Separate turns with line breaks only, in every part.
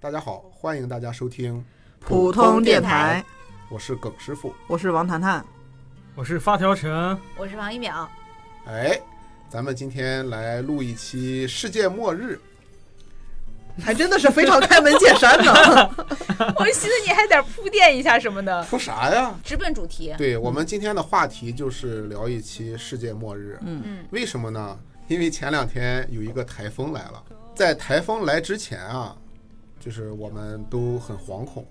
大家好，欢迎大家收听，
普通电台，
我是耿师傅。
我是王谈谈。
我是发条陈，
我是王一 淼，
哎，咱们今天来录一期世界末日，
还真的是非常开门见山
哎
呢。
我寻思你还得铺垫一下什么的，
说啥呀？
直奔主题。
对我们今天的话题就是聊一期世界末日，
嗯，
嗯，
为什么呢？因为前两天有一个台风来了，在台风来之前啊，就是我们都很惶恐，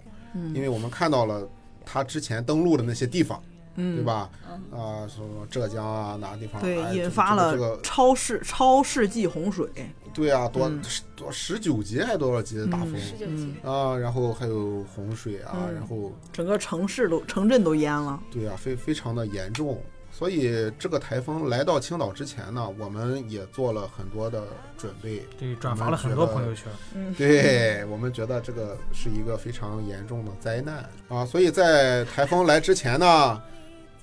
因为我们看到了它之前登陆的那些地方，
嗯
对？吧？
嗯
啊，什么浙江啊，哪个地方？
对
哎，这
引发
这个这
了
个
超世超世纪洪水。
对啊，多
嗯
十多十九级还多少级的大风
嗯
十九
嗯
集，，
啊？然后还有洪水啊，
嗯
然后
整个城市都城镇都淹了。
对啊，非非常的严重。所以这个台风来到青岛之前呢，我们也做了很多的准备。
对，转发了很多朋友圈。
嗯
对我们觉得这个是一个非常严重的灾难啊，所以在台风来之前呢，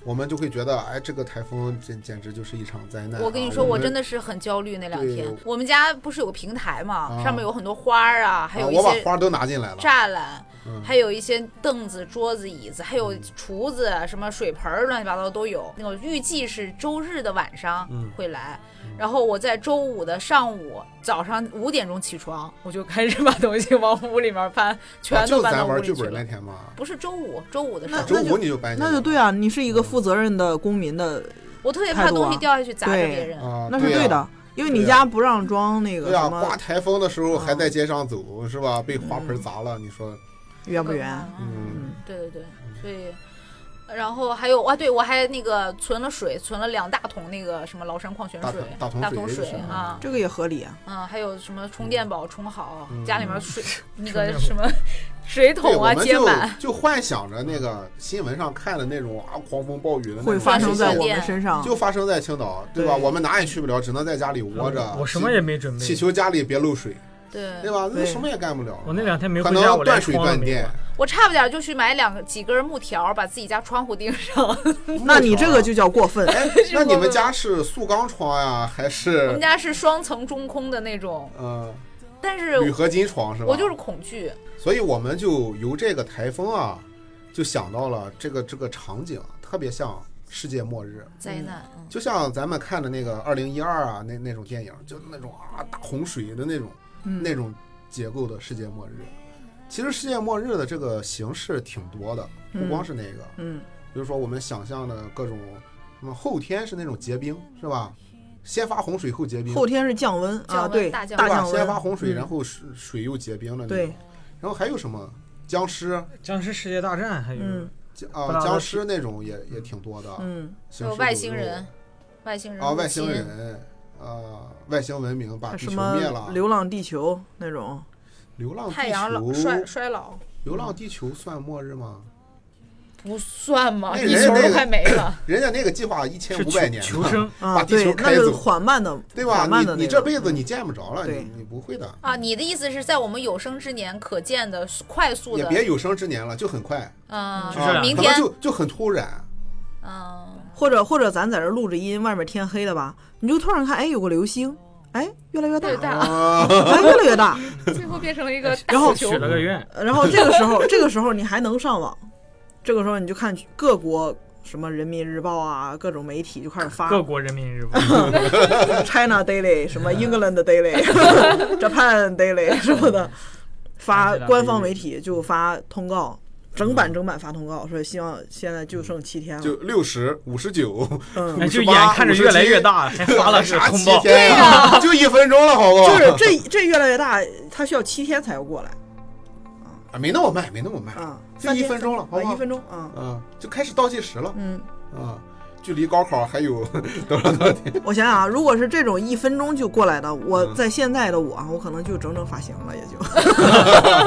我们就会觉得，哎，这个台风这简直就是一场灾难啊、
我跟你说，我
们
真的是很焦虑那两
对
天。我们家不是有个平台嘛，
啊
上面有很多花儿啊，还
啊
有一
我把
些
花都拿进来了，
栅栏，
嗯
还有一些凳子、桌子、椅子，还有厨子、什么水盆儿，乱七八糟都有。那个预计是周日的晚上
嗯
会来，然后我在周五的上午早上五点钟起床，我就开始把东西往屋里面搬，
啊
全
就
都搬
咱
到屋
玩
里
剧
去
本那
了。
天嘛，
不是周五，周五的时
那
候
啊，周
那就
五你就搬进来
那就
了
对啊，你是一个负责任的公民的，
我特别怕东西掉下去砸着别人。
嗯啊，
那是对
呀
的，因为你家不让装那个
对呀、啊
什
刮
么，嗯
台风的时候还在街上走，是吧？被花盆砸了，你说，
冤不冤？
嗯，
嗯，
对对对，所以。然后还有啊，对我还那个存了水，存了两大桶那个什么崂山矿泉水、
大
大
桶
桶
大桶水
水
就是
啊，
这个也合理啊。
嗯，还有什么充电宝充好，
嗯
家里面 水那
充电
个
宝
什么 水
对，
桶
我
啊
们
接
就
满，
就幻想着那个新闻上看的那种啊，狂风暴雨的那种
会发生
情
在
况
我
电
们身上，
就发生在青岛，对吧？
对
我们哪也去不了，只能在家里窝着。
我什么也没准备。
祈祈求家里别漏水，对
对
吧？那
对
什么也干不了。
我那两天没
可
回家，
能
我
断
连
水
窗都
断
没
电
关。，
我差不点就去买两个几根木条，把自己家窗户钉上。
那你这个就叫过 分。
哎，那你们家是塑钢窗呀，还
我们
是
家是双层中空的那种，
呃
但是
铝合金窗是吧？嗯
我就是恐惧，
所以我们就由这个台风啊，就想到了这个这个场景，特别像世界末日，
灾难。嗯
就像咱们看的那个二零一二啊，那那种电影，就那种啊大洪水的那种、
嗯
那种结构的世界末日。其实世界末日的这个形式挺多的，不光是那个，
嗯，
比如说我们想象的各种什么后天是那种结冰是吧？先发洪水后结冰，
后天是降温
降
啊，
温
对，大
大降
对吧？
降
先发
温，
洪水，
嗯
然后啊水水又结冰了那
对
种。，然后还有什么僵尸？啊
僵尸世界大战还有
嗯
僵
布
啊，
拉德
僵尸那种也也挺多的，
嗯，
形
有
式
外
有
星
肉
人，外星人
啊，
入
外星
侵
人，呃，外星文明把地
什
球
么
灭了，啊
流浪地球那种，
流浪
太阳老
哦地
衰
球，
衰老
流浪地球算末日吗？
不算吗？
那
地
人
球
那
都
个
快没 了。
人家那个计划一千
是
五百
求
年
求
呢，
生，
啊，
把地球
对，
开
那是
走
缓慢的，
对吧？
缓慢的
你
那
你这
种
辈子你见不着了，
对
你你不会的，
啊，你的意思是在我们有生之年可见的速快速
也
的，
别有生之年了，就很快，啊
嗯
就这，样
明
可能
天，
就就很突然，
嗯，
或者或者咱在这录着音，外面天黑了吧，你就突然看，哎，有个流星，哎，越来越大，
对大，
啊，
哎，越来越大，
最后变成了一个
然后
大球
许。了个愿，
然后这个时候，这个时候你还能上网，这个时候你就看各国什么人民日报啊，各种媒体就开始发
各国人民 日报。
嗯
China Daily 什么 England Daily、Japan Daily 什么的，发官方媒体就发通告。整版整版发通告说，希望现在就剩七天了。
就六十五十九，
嗯，
哎，就眼看着越来越大，还发了个
啥
通
七
报。
天呀？就一分钟了，好不好？
就是这这越来越大，它需要七天才要过来
啊没那么慢，没那么慢，
啊，
就一分钟了，好
啊，
不好
一？分钟啊，
嗯，就开始倒计时了，
嗯，
啊，距离高考还有 多少多少天？
我想想啊，如果是这种一分钟就过来的，
嗯
我在现在的我啊，我可能就整整发型了，也就。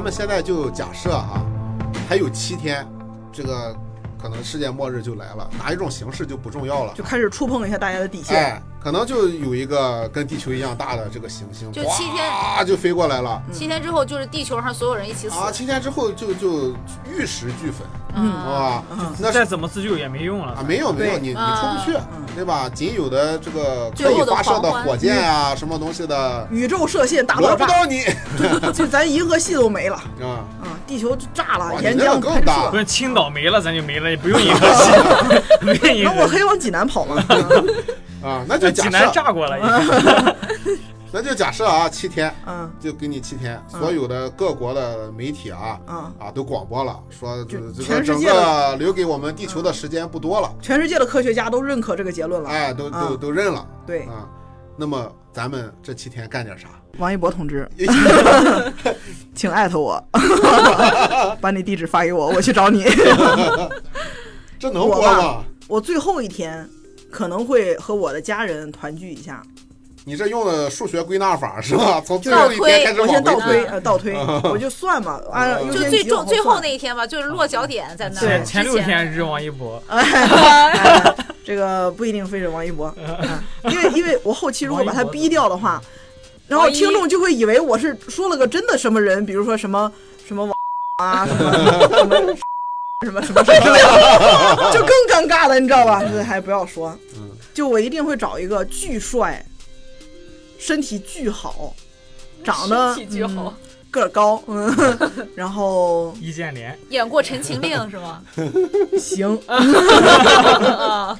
们现在就假设哈、还有七天，这个可能世界末日就来了，哪一种形式就不重要了。
就开始触碰一下大家的底线。
哎，可能就有一个跟地球一样大的这个行星，
就七天嗯
啊就飞过来了。
七天之后就是地球上所有人一起死，
啊，七天之后就就玉石俱焚，
嗯，
啊，
嗯
那是
再怎么自救也没用
啊
了。
没有没有，
对
你你出
啊
不去
嗯，
对吧？仅有的这个
最
可
后
以
的
发射的
狂欢
火箭啊，什么东西的，
宇宙射线大爆
轮不
炸，
到你
就咱银河系都没了
啊！
啊，地球就炸
哇
了，
你
岩
那个
浆
更
喷
大
射
不。是青岛没了，咱就没了，也不用银河系了， 没银
那我
河系
可以往济南跑吗？
啊，那就
呃济
假
南
设，嗯
炸过了已经，
那就假设啊，七天
嗯
就给你七天，所有的各国的媒体啊
嗯，
啊都广播了，说这
就
这个
全世
整
界的
个留给我们地球的时间不多了，
全世界的科学家都认可这个结论了。
哎，都都
嗯
都认了
对，
啊。那么咱们这七天干点啥？
王一博同志， 请艾特我， 把你地址发给我，我去找你。
这能播吗？
我最后一天可能会和我的家人团聚一下，
你这用的数学归纳法是吧？从最后一天开始往
我
回
先倒
推
推，呃，倒推，我就算嘛，按照优
就
先
最
级
重
往后
最后
算
那一天吧，就是落脚点在那儿
前
之
前六天日王一博，
哎 这个不一定非是王一 博，啊因为因为我后期如果把他逼掉的话，然后听众就会以为我是说了个真的什么人，比如说什么什么王啊，什么什么什么什么什么什么，就更尴尬了，你知道吧？所以还不要说，
嗯
就我一定会找一个巨帅，身体巨好，长得
身体巨好
嗯个儿高，嗯， 然后
易建联，
演过《陈情令》是吗？
行，
啊，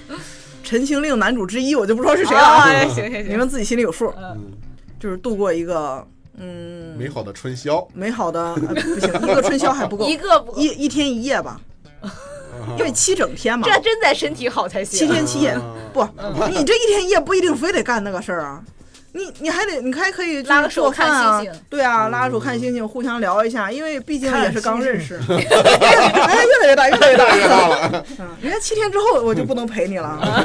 陈情令男主之一，我就不说是谁了
啊
啊，
哎行行
你
行，
们自己心里有数。
嗯，
就是度过一个嗯
美好的春宵，
美好的、呃不行，一个春宵还不够，
一
一
个不够，
一天一夜 吧，因为七整天嘛，
这真得身体好才
七
行。
天七夜、
嗯
不，你这一天一夜不一定非得干那个事儿啊。你你还得，你还可以就是
拉个手
做饭啊
看星星，
对啊，拉手看星星，互相聊一下，因为毕竟也是刚 认识，哎，越来越大，越来越大，
太大了，
嗯，人家七天之后我就不能陪你了 啊。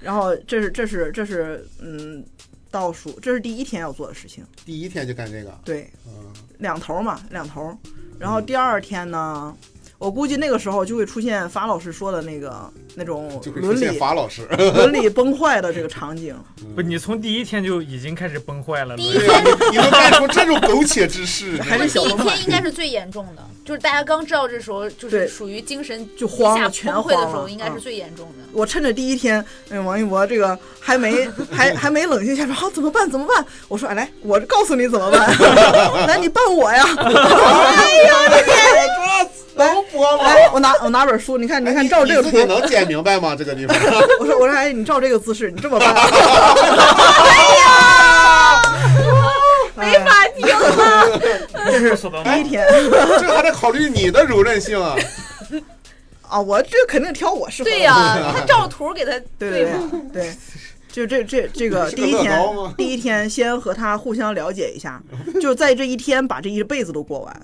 然后这是这是这是嗯倒数，这是第一天要做的事情，
第一天就干这个，
对，
嗯
两头嘛，两头。然后第二天呢，我估计那个时候就会出现法老师说的那个那种
就会出
伦
现
理
法老 师，
伦理崩坏的这个场景。
嗯
不，你从第一天就已经开始崩坏了。
第一
对呀你你能干出这种苟且之事，
还是小
第一
崩坏
天应该是最严重的，就是大家刚知道这时候，就是
对
属于精神
就慌了
一下
全
崩溃的
慌
时候，
了
应该是
嗯
最严重的。
我趁着第一天，嗯，王一博这个还没还还没冷静下来，好、怎么办？怎么办？我说，哎，来，我告诉你怎么办， 来，你办我呀！哎呀，我的天！来
能播吗？
来，我拿我拿本书，你看，你看，照这个
你
图
自，己能剪明白吗？这个地方，
我说我说，哎，你照这个姿势，你这么办，哎
没法听了，
这 是所得
第
吗
一？天
这个还得考虑你的柔韧性 啊。
啊，我这肯定挑我适合的。
对 呀、他照图给他
对
对
对对对，就这这这个
是个
第一天
乐高吗，
第一天先和他互相了解一下，就在这一天把这一辈子都过完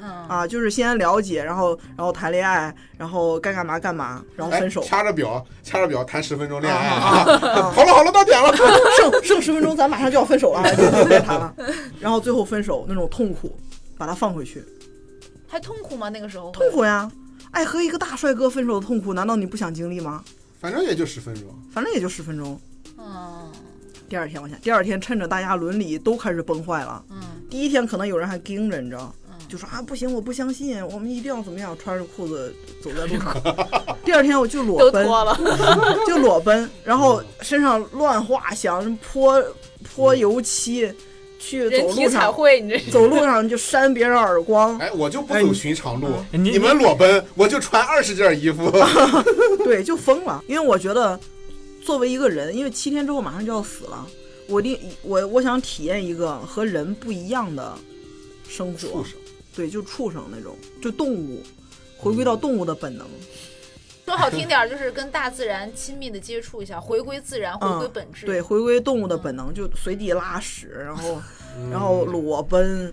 嗯，
啊，就是先了解，然后然后谈恋爱，然后该干嘛干嘛，然后
哎
分手。
掐着表，掐着表谈十分钟恋爱
啊
啊！ 好了好了，到点了。
剩剩十分钟，咱马上就要分手了，啊就就别谈了。然后最后分手那种痛苦，把他放回去，
还痛苦吗？那个时候
痛苦呀。哎，和一个大帅哥分手的痛苦，难道你不想经历吗？
反正也就十分钟，
反正也就十分钟。
嗯
第二天往下，第二天趁着大家伦理都开始崩坏了，
嗯
第一天可能有人还盯着，你知道
嗯，
就说啊不行，我不相信，我们一定要怎么样，穿着裤子走在路上。第二天我就裸
都
奔，
脱了，
就裸奔，然后身上乱画想泼
嗯
泼油漆，去
人
走
体
路
彩
上
绘，你这
走路上就扇别人耳光，
哎，我就不
哎
走
你
寻常路，
嗯你
你们裸奔，我就穿二十件衣服。
对，就疯了。因为我觉得，作为一个人，因为七天之后马上就要死了，我一定我我想体验一个和人不一样的生活。
畜生，
对，就畜生那种，就动物，回
嗯
归到动物的本能。
说好听点儿，就是跟大自然亲密的接触一下，回归自然，回归本质。
嗯对，，回归动物的本能，就随地拉屎，然后
嗯
然后裸奔，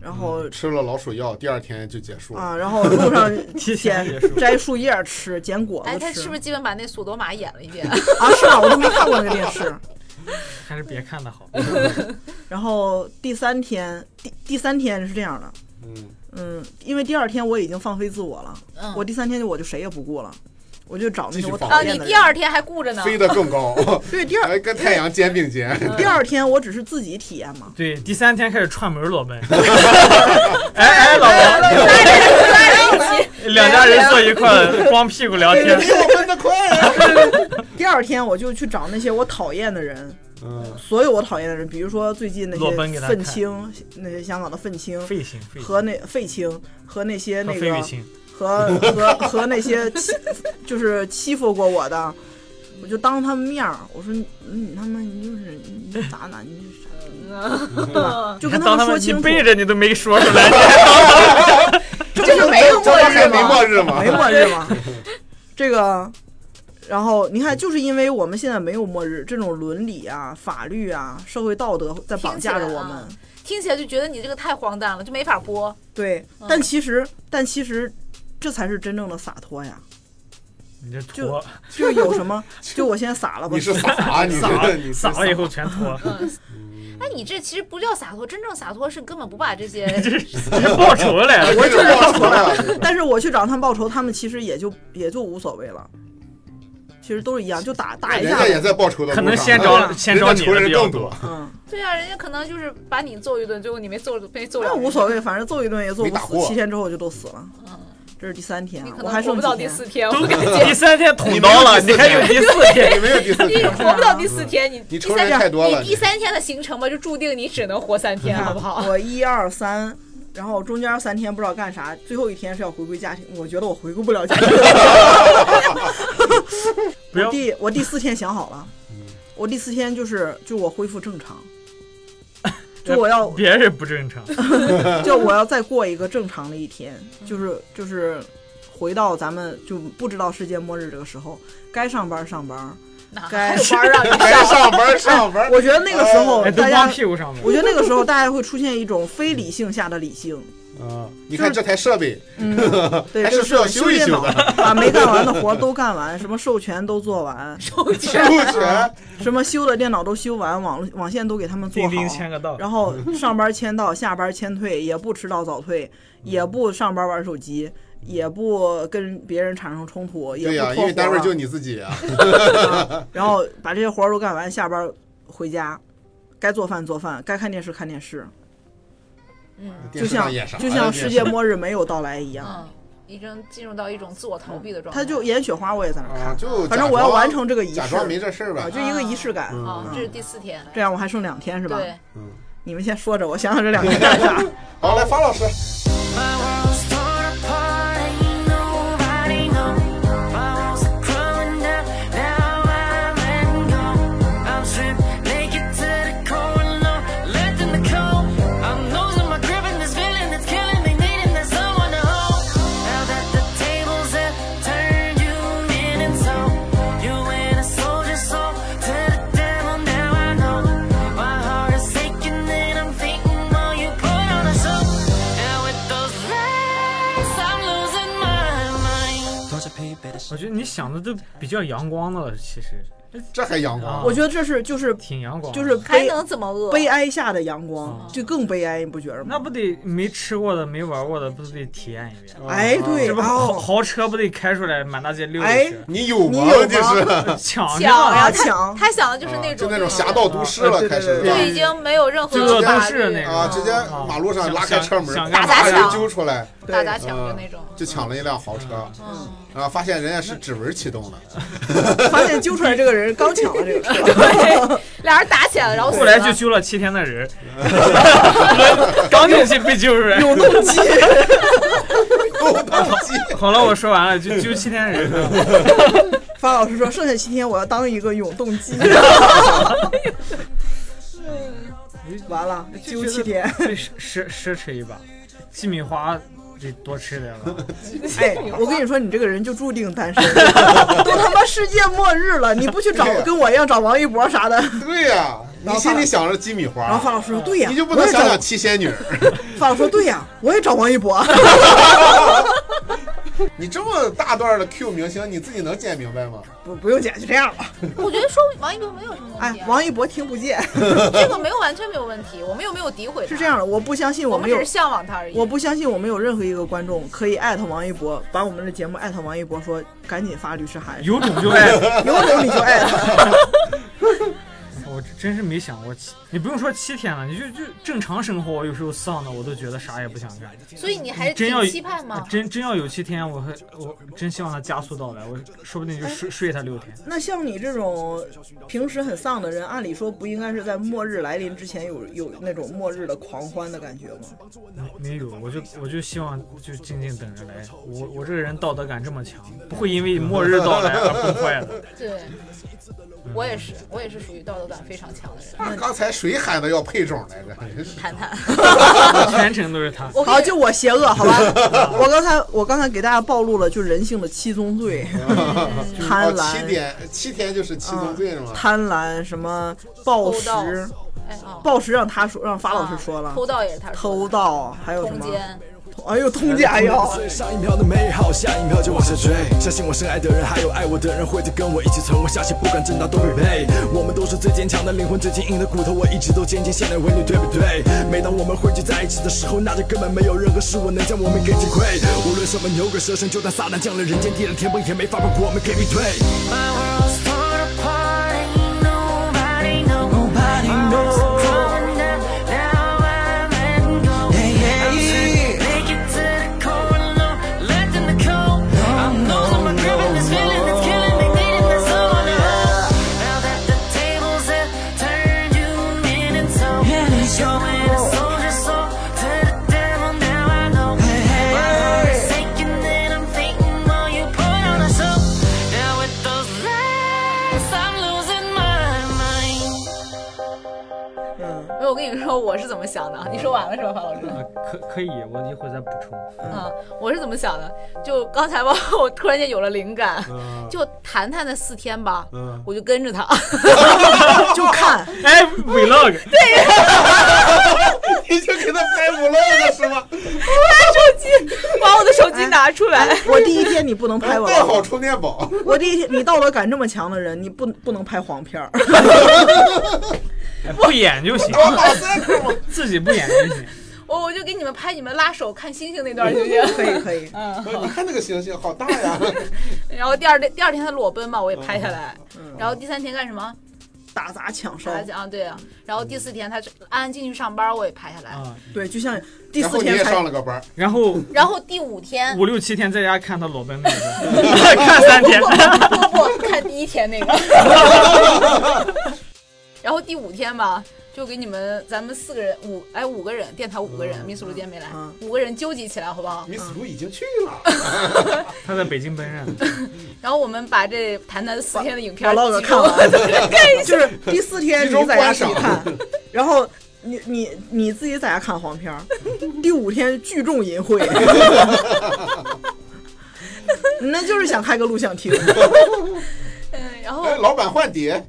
然后
吃了老鼠药，第二天就结束了。
啊，然后路上
提前
捡
结束
摘树叶吃，捡果
哎，他
子吃
是不是基本把那索多玛演了 一遍？
啊？是吗？我都没看过那个电视。
还是别看的好。
然后第三天，第第三天是这样的，
嗯，
嗯，因为第二天我已经放飞自我了，
嗯
我第三天就我就谁也不顾了，我就找那
继
些
续
我
放
讨
啊，
厌
你
的
第
人。
嗯
二天还顾着呢，
飞得更高，
对，第二
还跟太阳肩并 肩。
第二天我只是自己体验嘛，
对，第三天开始串门裸奔。哎哎，老婆， 两家人坐一块儿，光屁股聊
对对
天
对，
比我奔得快呀！
第二天我就去找那些我讨厌的人，
嗯，
所有我讨厌的人，比如说最近那
裸奔给
些
他
愤
看
青，那些香港的愤青
费心费
和那废青和那些那
费玉
个
清，
和和和那些欺就是欺负过我的，我就当他们面儿，我说你你他妈你就是你就打打你就是傻逼，对吧？ 就跟
当
们
他
说
们你
清楚，
背着你都没说出 来，
这不就没有
嗯 这
末
不还
日
没
吗？
末日吗？
没末日吗？ 这个，然后你看，就是因为我们现在没有末日，这种伦理啊、法律啊、社会道德在绑架着我
听起
们
来啊。听起来就觉得你这个太荒诞了，就没法播。
对，
嗯
但其实，但其实，这才是真正的洒脱呀！
你这脱
就有 什么，就我先撒了吧
你。是啥？你
撒
是 你是
撒了以后全脱，
那你这其实不叫洒脱，真正洒脱是根本不把这些
这是报仇来了。
我就是报仇 了。
但是我去找他们报仇，他们其实也就也就无所谓了，其实都是一样，就打打一
人
架
家。也在报仇的路上，啊
可能先
着
找
了
先找
人家
你
仇
的
人
比较
更多，，
嗯，
对啊，人家可能就是把你揍一顿，结果你没揍没揍了
那
人，
无所谓，反正揍一顿也揍
没
不
打
死，
过
七天之后就都死了。
嗯
这是第三天啊
你，可
我
能
还
活
剩
不到
几
第
天？
四天，
都
我感觉
第三天捅刀了，
你
你
没
还
有
有
第
第四天，
你没有第 四
你
天，
活不到第四天，你
你
第
仇
三
人太多了。
你第三天的行程吧，就注定你只能活三
嗯
天，好不好？
我一二三，然后中间三天不知道干啥，最后一天是要回归家庭。我觉得我回归不了家庭。
不要
我第我第四天想好了，
嗯
我第四天就是就我恢复正常，
哎
就我要
别人不正常。
就我要再过一个正常的一天，
嗯
就是就是回到咱们就不知道世界末日这个时候，该上班上班，
哪
该
啊还有班儿 啊？
该上班上班，
我觉得那个时候
哎，都
大
光
家。
屁股上面
我。觉得那个时候，大家会出现一种非理性下的理性，
啊，你看这台设备，
嗯，对，
还
就是
需要修
修
一
电
修
脑，
的，
把没干完的活儿都干完，什么授权都做完，
授权
什么修的电脑都修完，网络网线都给他们做
钉
好，
钉签个到，
然后上班签到，下班签退，也不迟到早
嗯
退，也不上班玩手机，也不跟别人产生冲突，也
对呀、
不
因
拖
为单
活
位就
儿
你自己啊，
啊，然后把这些活儿都干完，下班回家，该做饭做饭，该看电视看电视，
嗯
电
就
视
像
上演啥呀？
就像世界
电视
末日没有到来一样。
嗯，已经进入到一种自我逃避的
嗯
状 态。
他就演雪花，我也在那儿
啊，
看，
就
反
假
正我要
装
完成这个仪
假
式
装没这事儿
啊，
吧。
就一个仪式感。
嗯
啊，这是第四天，
这样我还剩两天是吧？
对，
嗯，
你们先说着，我想想这两天干啥。
好，来发老师，
My world's torn apart, ain't nobody know. My walls are crumbling down, now I'm letting go. I'm stripped naked to the core and I'm left in the cold. I'm losing my grip and this feeling that's killing me, needing that someone to hold. Now that the tables have turned, you in and so you in a soldier's soul to the devil. Now I know my heart is aching and I'm thinking, oh, you put on a show. Now with those lights, I'm losing my mind.
我觉得你想的都比较阳光的了，其实
这还阳光，
啊
我觉得这是就是
挺阳光的。
就是
还
悲
能怎么饿？
悲哀下的阳
哦
光，就更悲哀，你不觉得
那
吗？
不得没吃过的、没玩过的，不得体验一遍？
哎，
哦
对，
这不
然
豪
后
豪车不得开出来满大街溜达
哎
去？
你有
你
吗？
有
就
吗
是
抢
想
着
啊
呀，他
抢
他想的就是那
啊就
种
那种侠盗都市了，
呃对对
开始是
对
吧
就已经没有任何
罪恶
法
都市
律
那种
啊，直接
啊
马路上
想
拉开车门，
想
干嘛
把
打砸
人
抢
揪出来，
打
对
砸抢
啊
就那种，
就抢了一辆豪车，
嗯，
然后发现人家是指纹启动的，
发现揪出来这个人刚抢了 这个 车，
俩人打起来了，然后死
后来
了
就揪了七天的人，轮刚进去被揪出来。
永动 机，
够当机，
好了，我说完了，就揪七天的人。
发老师说剩下七天我要当一个永动机。 完了，
哎
揪七天，
对，奢奢侈一把，鸡米花得多吃点 了。
哎，我跟你说，你这个人就注定单身，都他妈世界末日了，你不去找
对呀
跟我一样找王一博啥的。
对呀，你
然后发
心里想着鸡米
然后范
花，
老师说：“对呀，
你就不能
我也
想
找
想七仙女？
范老师说：“对呀，我也找王一博。”
你这么大段的 Q 明星，你自己能剪明白吗？
不不用剪，就这样吧。
我觉得说王一博没有什么问题、
哎
啊，，
王一博听不见，
这个没有完全没有问题，我们又没有诋毁他，
是这，样的，我不相信
我
我
们
们
只
有
是，向往他而已。
我不相信我们有任何一个观众可以艾特王一博，把我们的节目艾特王一博说，赶紧发律师函，
有种就爱，
有种你就艾特，
我真是没想过七，你不用说七天了，你就就正常生活，我有时候丧的我都觉得啥也不想干。
所以你还
真要
挺期盼吗？
真真要有七天，我还我真希望他加速到来，我说不定就睡睡他六天。
那像你这种平时很丧的人，按理说不应该是在末日来临之前有有那种末日的狂欢的感觉吗？
没没有，我就我就希望就静静等着来。我我这个人道德感这么强，不会因为末日到来而崩坏 的。
对，我也是，我也是属于道德感非常强的人。
那刚才谁喊的要配种来着？真是
谈谈，
全程都是他。
我
好，
跟你
就我邪恶，好吧？ 我刚才我刚才给大家暴露了，就人性的七宗罪： 贪
哦，七
婪、
点七天就是七宗罪是吗？
贪婪什么暴
偷盗
食，
哎啊，
暴食让他说，让法老师说了，
偷盗也是他说的
偷，盗，还有什
通
么？
奸，
哎呦，通奸 哟！
上一秒的美好，下一秒就往下坠。相信我深爱的人，还有爱我的人，会再跟我一起存活下去，不管正大多匹配。我们都是最坚强的灵魂，最坚硬的骨头，我一直都坚信，现在为你对不对？每当我们汇聚在一起的时候，那就根本没有任何事物能将我们给击溃。无论什么牛鬼蛇神，就算撒旦降临人间，地的天崩也没法把我们给逼退。
My world's torn apart, ain't nobody knows. Nobody knows. Now I'm letting go. I'm saying, make it to the core, no, letting the cold. I'm losing my grip and this feeling that's killing me, needing this all on Now that the tables have turned, you in and so. Showing a soldier's soul to the devil, now I know. My heart is aching and I'm fainting while you put on a show. Now with those lights, I'm losing my mind.
哎没有，我跟你说我是怎么想的，你说完了是吧，法老师？
呃，可可以，我一会儿再补充。
嗯，我是怎么想的？就刚才吧， 我突然间有了灵感，
嗯
就谈谈那四天吧，我就跟着 他，
就看
哎，vlog，
你就给他拍 vlog 了是 吗？
把我的手机拿出来。
我第一天你不能拍
带哎好
我，
充电 宝，
我第一天你道德感这么强的人，你不不能拍黄片儿。
哎不演就行，
老三哥们儿
自己不演就行。
我我就给你们拍你们拉手看星星那
哎
段行 不行？
可以可以，
你看那个星星好大呀！
然后第二天第二天他裸奔嘛，我也拍下来。然后第三天干什么？
打砸抢烧
啥，啊？对啊。然后第四天他安安静静上班，我也拍下来。
啊，
对，就像第
然
四
后你也
天才
上了个班儿，
然后
然后第五天
五 六七天在家看他裸奔那 个， 看三天。
不不，看第一天那个。然后第五天吧，就给你们咱们四个人五哎五个人，电台五个人，秘书卢坚没来
嗯，
五个人纠集起来好不好？
米斯路已经去了。
他在北京奔战，
然后我们把这谈谈四天的影片
把 log
集
看
中
完，就是第四天
集中
你在家
观
自己
赏
看，然后你你你自己在家看黄片儿，第五天聚众淫秽， 那就是想开个录像厅，
嗯，
哦
然后
哎，老板换碟，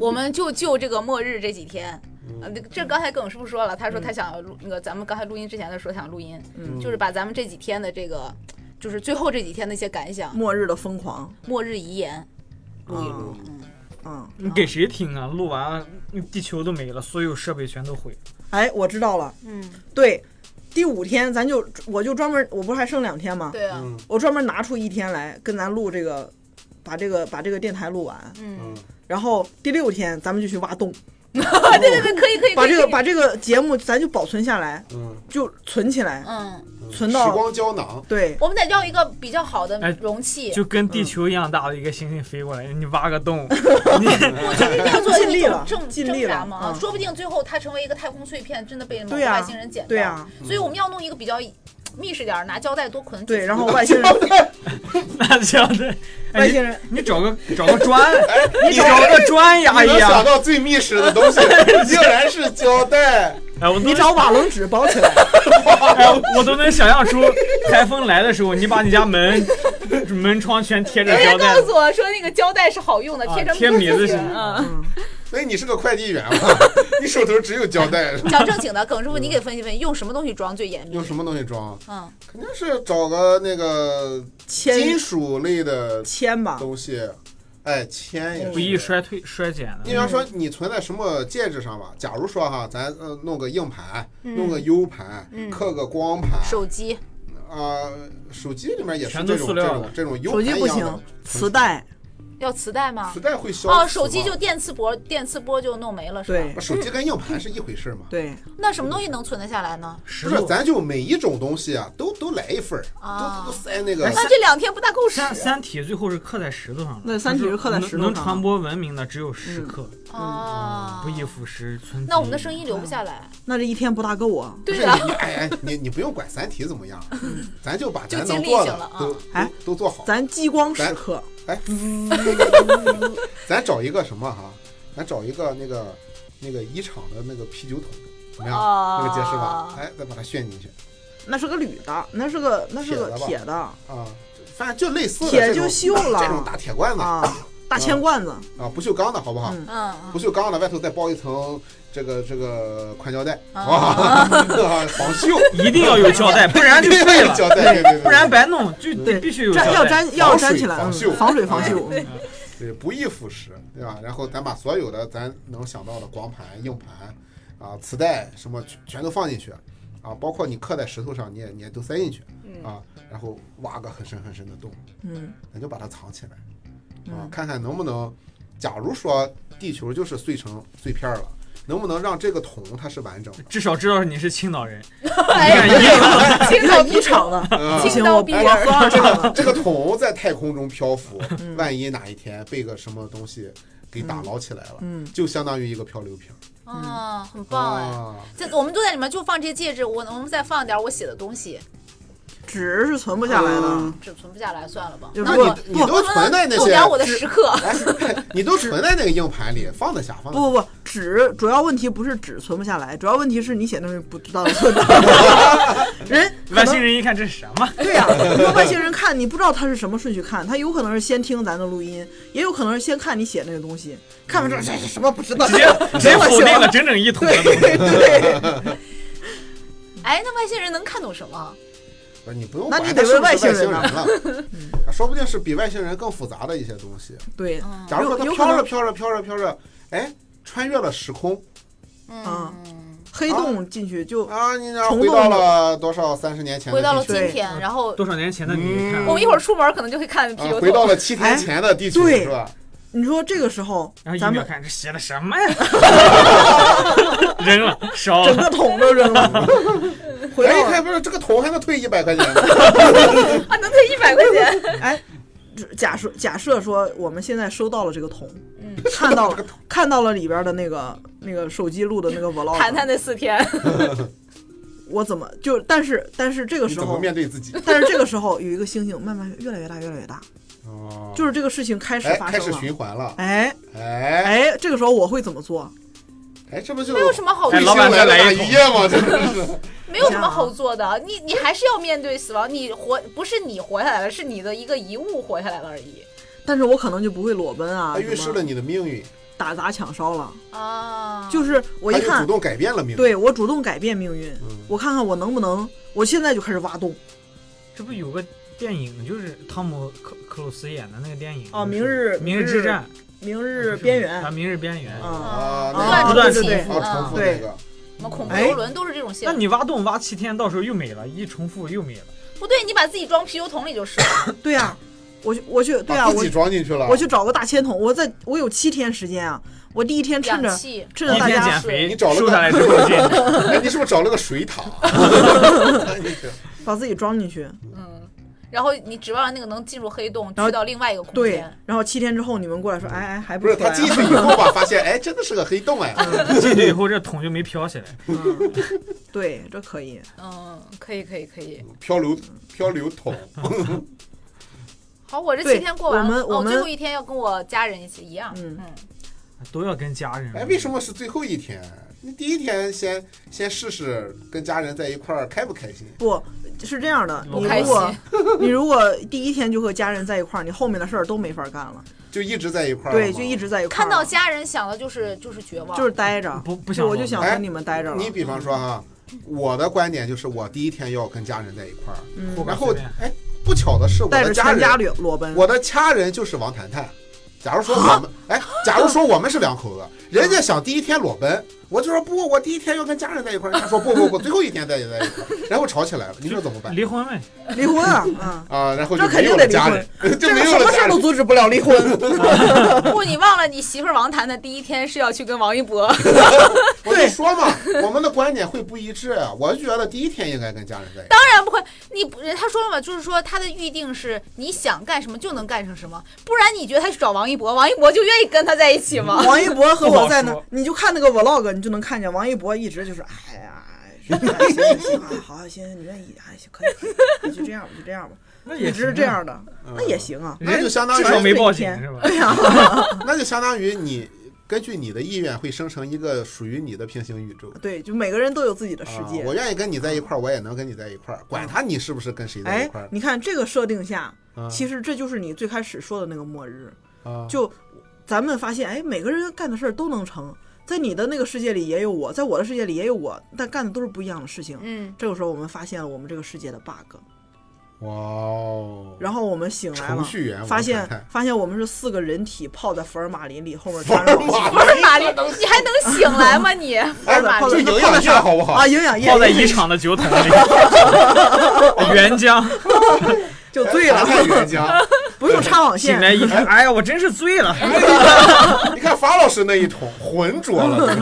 我们就就这个末日这几天。
嗯
呃，这这刚才耿师傅说了，他说他想要录那个，咱们刚才录音之前的说想录音，
嗯
就是把咱们这几天的这个，就是最后这几天的一些感想、
末日的疯狂，
末日遗言录一录。
嗯，
你给谁听啊？录完地球都没了，所有设备全都毁了。
哎，我知道了，嗯，对，第五天咱就我就专门，我不是还剩两天吗？
对啊，
我专门拿出一天来跟咱录这个，把这个把这个电台录完，
嗯，
然后第六天咱们就去挖洞。
啊对对对，可以可以，
把
可以
这个
可以
把这个节目咱就保存下来，
嗯，
就存起来，
嗯，
存
时
到
光胶 囊，
对，
我们得要一个比较好的
哎
容器，
就跟地球一样大的一个行星飞过来，你挖 个洞，
我觉得这样做
尽
一
力
种
了
挣
尽
挣
力
扎
了
嘛，
嗯
说不定最后它成为一个太空碎片，真的被某个
对啊
外星人捡到。
对啊
所以我们要弄一个比较密实点儿，拿胶带多捆几
对，
层
然后外星人
那这样的哎
外星人
你你找个找个砖，
哎
你找个砖哎压
你
一
能想
压。
到最密实的 东西，竟然是胶带。
哎，我都
你找瓦楞纸包起来，
哎，我都能想象出台风来的时候，你把你家门 门窗全贴着
别
胶带
哎
告，诉我说那个胶带是好用的，
啊
成贴
贴米字形。
啊，
所以你是个快递员嘛， 你手头只有胶带，
讲正经的，耿师傅，你给分析分析，用什么东西装最严密
用？什么东西装？
嗯，
肯定是找个那个金
铅
属类的
铅吧，
东西，哎，铅也是
不易衰退衰减
你
的。
比方说，你存在什么介质上吧？假如说哈，咱呃弄个硬盘，弄个 U 盘，刻个光盘，
嗯手机
啊，手机里面也是
全都
这种
塑
这
料
种
的
这种 U
手
盘
机
一
不
样的
行，磁，带，
要磁带吗
磁？带会消
哦，
磁
手机
嘛
就电磁波，电磁波就弄没了是吧
对？
手机跟硬盘是一回事
嗯
嘛？
对，
那什么东西能存得下来呢？
不是，咱就每一种东西啊，都都来一份儿，
哦
都都塞那个
哎
那这两天不大够使
三三体最后是刻在石头上的，
对三体是刻在石头上的嗯
能能传播文明的只有石刻，
啊
嗯不。易腐蚀存积。
那我们的声音留不下来。
那这一天不大够啊。
不
对
是
呀，
你哎哎，你你不用管《三体》怎么样，咱就把
就
咱
尽
能
力
做
行了
的
啊
都
哎
都都做好。
咱激光时刻，
哎，咱找一个什么哈？咱找一个那个那个一厂的那个啤酒桶，怎么样？
啊
那个结实吧？哎，再把它炫进去
那是个铝的，那是个那是个
铁
铁的
啊，反正就类似的
铁
这种
就锈了
这种大铁罐子
啊，大铅罐子，
嗯
啊，不锈钢的好不好？
嗯
嗯，
不锈钢的外头再包一层这个这个宽胶带，哇，
哦
防锈，
一定要有 胶带，不然就废
胶
了，
带， 对对对，
不然白弄，就得
对
必须有胶
粘要
带。
粘要粘
水
起来，
防
嗯
锈
防水防锈。嗯
对，不易腐蚀，对吧？然后咱把所有的咱能想到的光盘、硬盘啊、磁带什么全全都放进去啊，包括你刻在石头上，你也你也都塞进去啊，然后挖个很深很深的洞，
嗯，
咱就把它藏起来啊，看看能不能，假如说地球就是碎成碎片儿了。能不能让这个桶它是完整的？
至少知道你是青岛人，
哎，
你看一厂 的，不行，我
青
我喝二厂的。
这个桶在太空中漂浮，万一哪一天被个什么东西给打捞起来了，
嗯
就相当于一个漂流瓶儿。
啊，很棒哎！
啊
这我们都在里面就放这些戒指，我我们再放点我写的东西，
纸是存不下来的
嗯，
只存不下来算了吧。
就
那
如
我
果
你你都存在那
弄
些
点我的时刻，
哎，你都存在那个硬盘里，放得下，放得下。
不不不，纸主要问题不是纸存不下来，主要问题是你写东西不知道存哪。 人可
外
能
星人一看这是什么？
哎对呀、很多外星人看你不知道他是什么顺序看，他有可能是先听咱的录音，也有可能是先看你写那个东西，看完之后
嗯
这是什么不知道，
直接直接否定了整整一桶的东西。
哎，那外星人能看懂什么？
不是你不用
那
管
你
它
得
是不是
问外
外
星
星
人嗯
人了，啊 说不定是比外星人更复杂的一些东西。
对，
假如说他
嗯有有
飘
可
着
能
飘着飘着飘着，哎，穿越了时空
嗯，
黑洞进去就
啊，你那
虫
回到
洞
了多少三十年前的
回到
嗯
了
地球
今天，然后
多少年前的你看啊
我，们一会儿出门可能就会看啤
啊，
酒
回到
桶。
了七天前的地球，
哎对
是吧？
你说这个时候
然后
咱
一秒
们
看这写的什 么呀？扔了，烧
整
了。
个桶都扔 了，回
哎，一
到
看不是这个桶还能退一百块 钱呢，
啊，能退一百块钱？
哎，假设假设说我们现在收到了这个桶，
嗯
看到了看到了里边的那个那个手机录的那个 vlog，
谈谈那四天，
我怎么就但是但是这个
你
时
怎么
候。
面对自己？
但是这个时候有一个星星慢慢越来越大，越来越大，
哦
就是这个事情开始
哎，
发
开
生
始
了。
循环了，
哎，
哎
哎，这个时候我会怎么做？
哎，这不就
没有什么好
哎
老
老板
板
再
来
来
了
一
大
桶
渔业吗？真 的是。
啊
没有什么好做的。你你还是要面对死亡，你活不是你活下来了，是你的一个遗物活下来了而已。
但是我可能就不会裸奔啊，
它预示
什
哎了
么
你的命运，
打砸抢烧了。
啊，
就是我
它
一
就主
看，
动改变了命运。嗯
对我主动改变命运，我看看我能不能，我现在就开始挖洞
这不有个电影，就是汤姆克克鲁斯演的那个电影
哦
就
明日
是明日之战，
明日边
啊，
缘
明日边缘。
啊。
啊，
不
那
断
个
啊
不断
重
重
启
复
啊，重复
对
那个，
什么恐怖
哎
游轮都是这种线
那。你挖洞挖七天，到时候又没了，一重复又没了。
不对，你把自己装啤酒桶里就是了。
对呀、我去，我去，对呀、啊
把自
我
己装进去了。
我去找个大铅桶，我在我有七天时间啊，我第一天趁着
氧气
趁着
一
大
天
家
减肥，
你找了个
瘦下来 之后进去，
哎，你是不是找了个水塔？ 你这
把自己装进去，
然后你指望那个能进入黑洞，
然后
去到另外一个空
对
间。，
然后七天之后你们过来说，哎哎，还
不是
出来
他
啊
进去以后吧，发现哎，真的是个黑洞哎。
嗯
进去以后这桶就没飘起来。
对，这可以，
嗯，可以，可以，可以。
漂流漂流桶，
好，我这
对
七天过完
我
了，
们
哦
我们
最后一天要跟我家人一起一样。
嗯
嗯，
都要跟家人。
哎，为什么是最后一天？你第一天先先试试跟家人在一块儿开不开心？
不，是这样的，
我
你
开
如果 你如果第一天就和家人在一块儿，你后面的事儿都没法干了，
就一直在一块儿了吗，
对，就一直在一块儿
看
了，
到家人想的就是就是绝望，
就是待着，
不不想
我就
了
想
哎
跟你们待着了。嗯
你比方说哈，我的观点就是，我第一天要跟家人在一块儿，
嗯
我
然后哎，不巧的是，我
带
的
着
家
全
人，
家裸裸奔，
我的家人就是王谈谈。假如说
啊
我们，哎，假如说我们是两口子，人家想第一天裸奔，我就说不，我第一天要跟家人在一块儿，人家说不不不，最后一天在一在一 块儿，然后吵起来了，你说怎么办？
离婚呗，
离婚啊，嗯，
啊，然后
这
就
肯
没
定
有
得
了
离
家
婚
人，就没有
这什
了
么事
家
儿都
人。
阻止不了离婚。
不，你忘了你媳妇儿王谈的第一天是要去跟王一博，
我就说嘛，我们的观点会不一致啊。我就觉得第一天应该跟家人在一块儿。
当然不会。你不，他说了嘛，就是说他的预定是你想干什么就能干成什么，不然你觉得他去找王一博，王一博就愿意跟他在一起吗？
王一博和我在那
不好
儿
说，
你就看那个 vlog，你就能看见王一博一直就是哎呀，行行行啊，好行行，你愿意哎行可以，那就这样吧，就这样吧，
那
一
也啊
直是
是
这，样的，
嗯
那也，行啊，
那就相当于
至少没报 警
天
是吧？
对呀，啊
那就相当于你根据你的意愿会生成一个属于你的平行宇宙。
对，就每个人都有自己的世
啊
界。
我愿意跟你在一块儿，我也能跟你在一块儿，管他你是不是跟谁在一
哎
块儿，。
你看这个设定下，
啊
哎其实这就是你最开始说的那个末日，
啊
就咱们发现，哎，每个人干的事儿都能成，在你的那个世界里也有我，在我的世界里也有我，但干的都是不一样的事情。
嗯，
这个时候，我们发现了我们这个世界的 bug，
哇哦，
然后我们醒来
程
了，
序员
发现
王谈谈
发现我们是四个人体泡在福尔马林里，后面
福
穿
尔
着
马
不是玛丽，你还能醒来吗 你？
哎
泡在泡
就
在
营
泡
养
在
液好不好？
啊，营养液
泡在遗产的酒桶里， 原浆
就醉了
哎，谈谈原浆。
不用插网
醒
线，
来一看，哎呀，我真是醉 了，
你看法老师那一桶浑浊 了，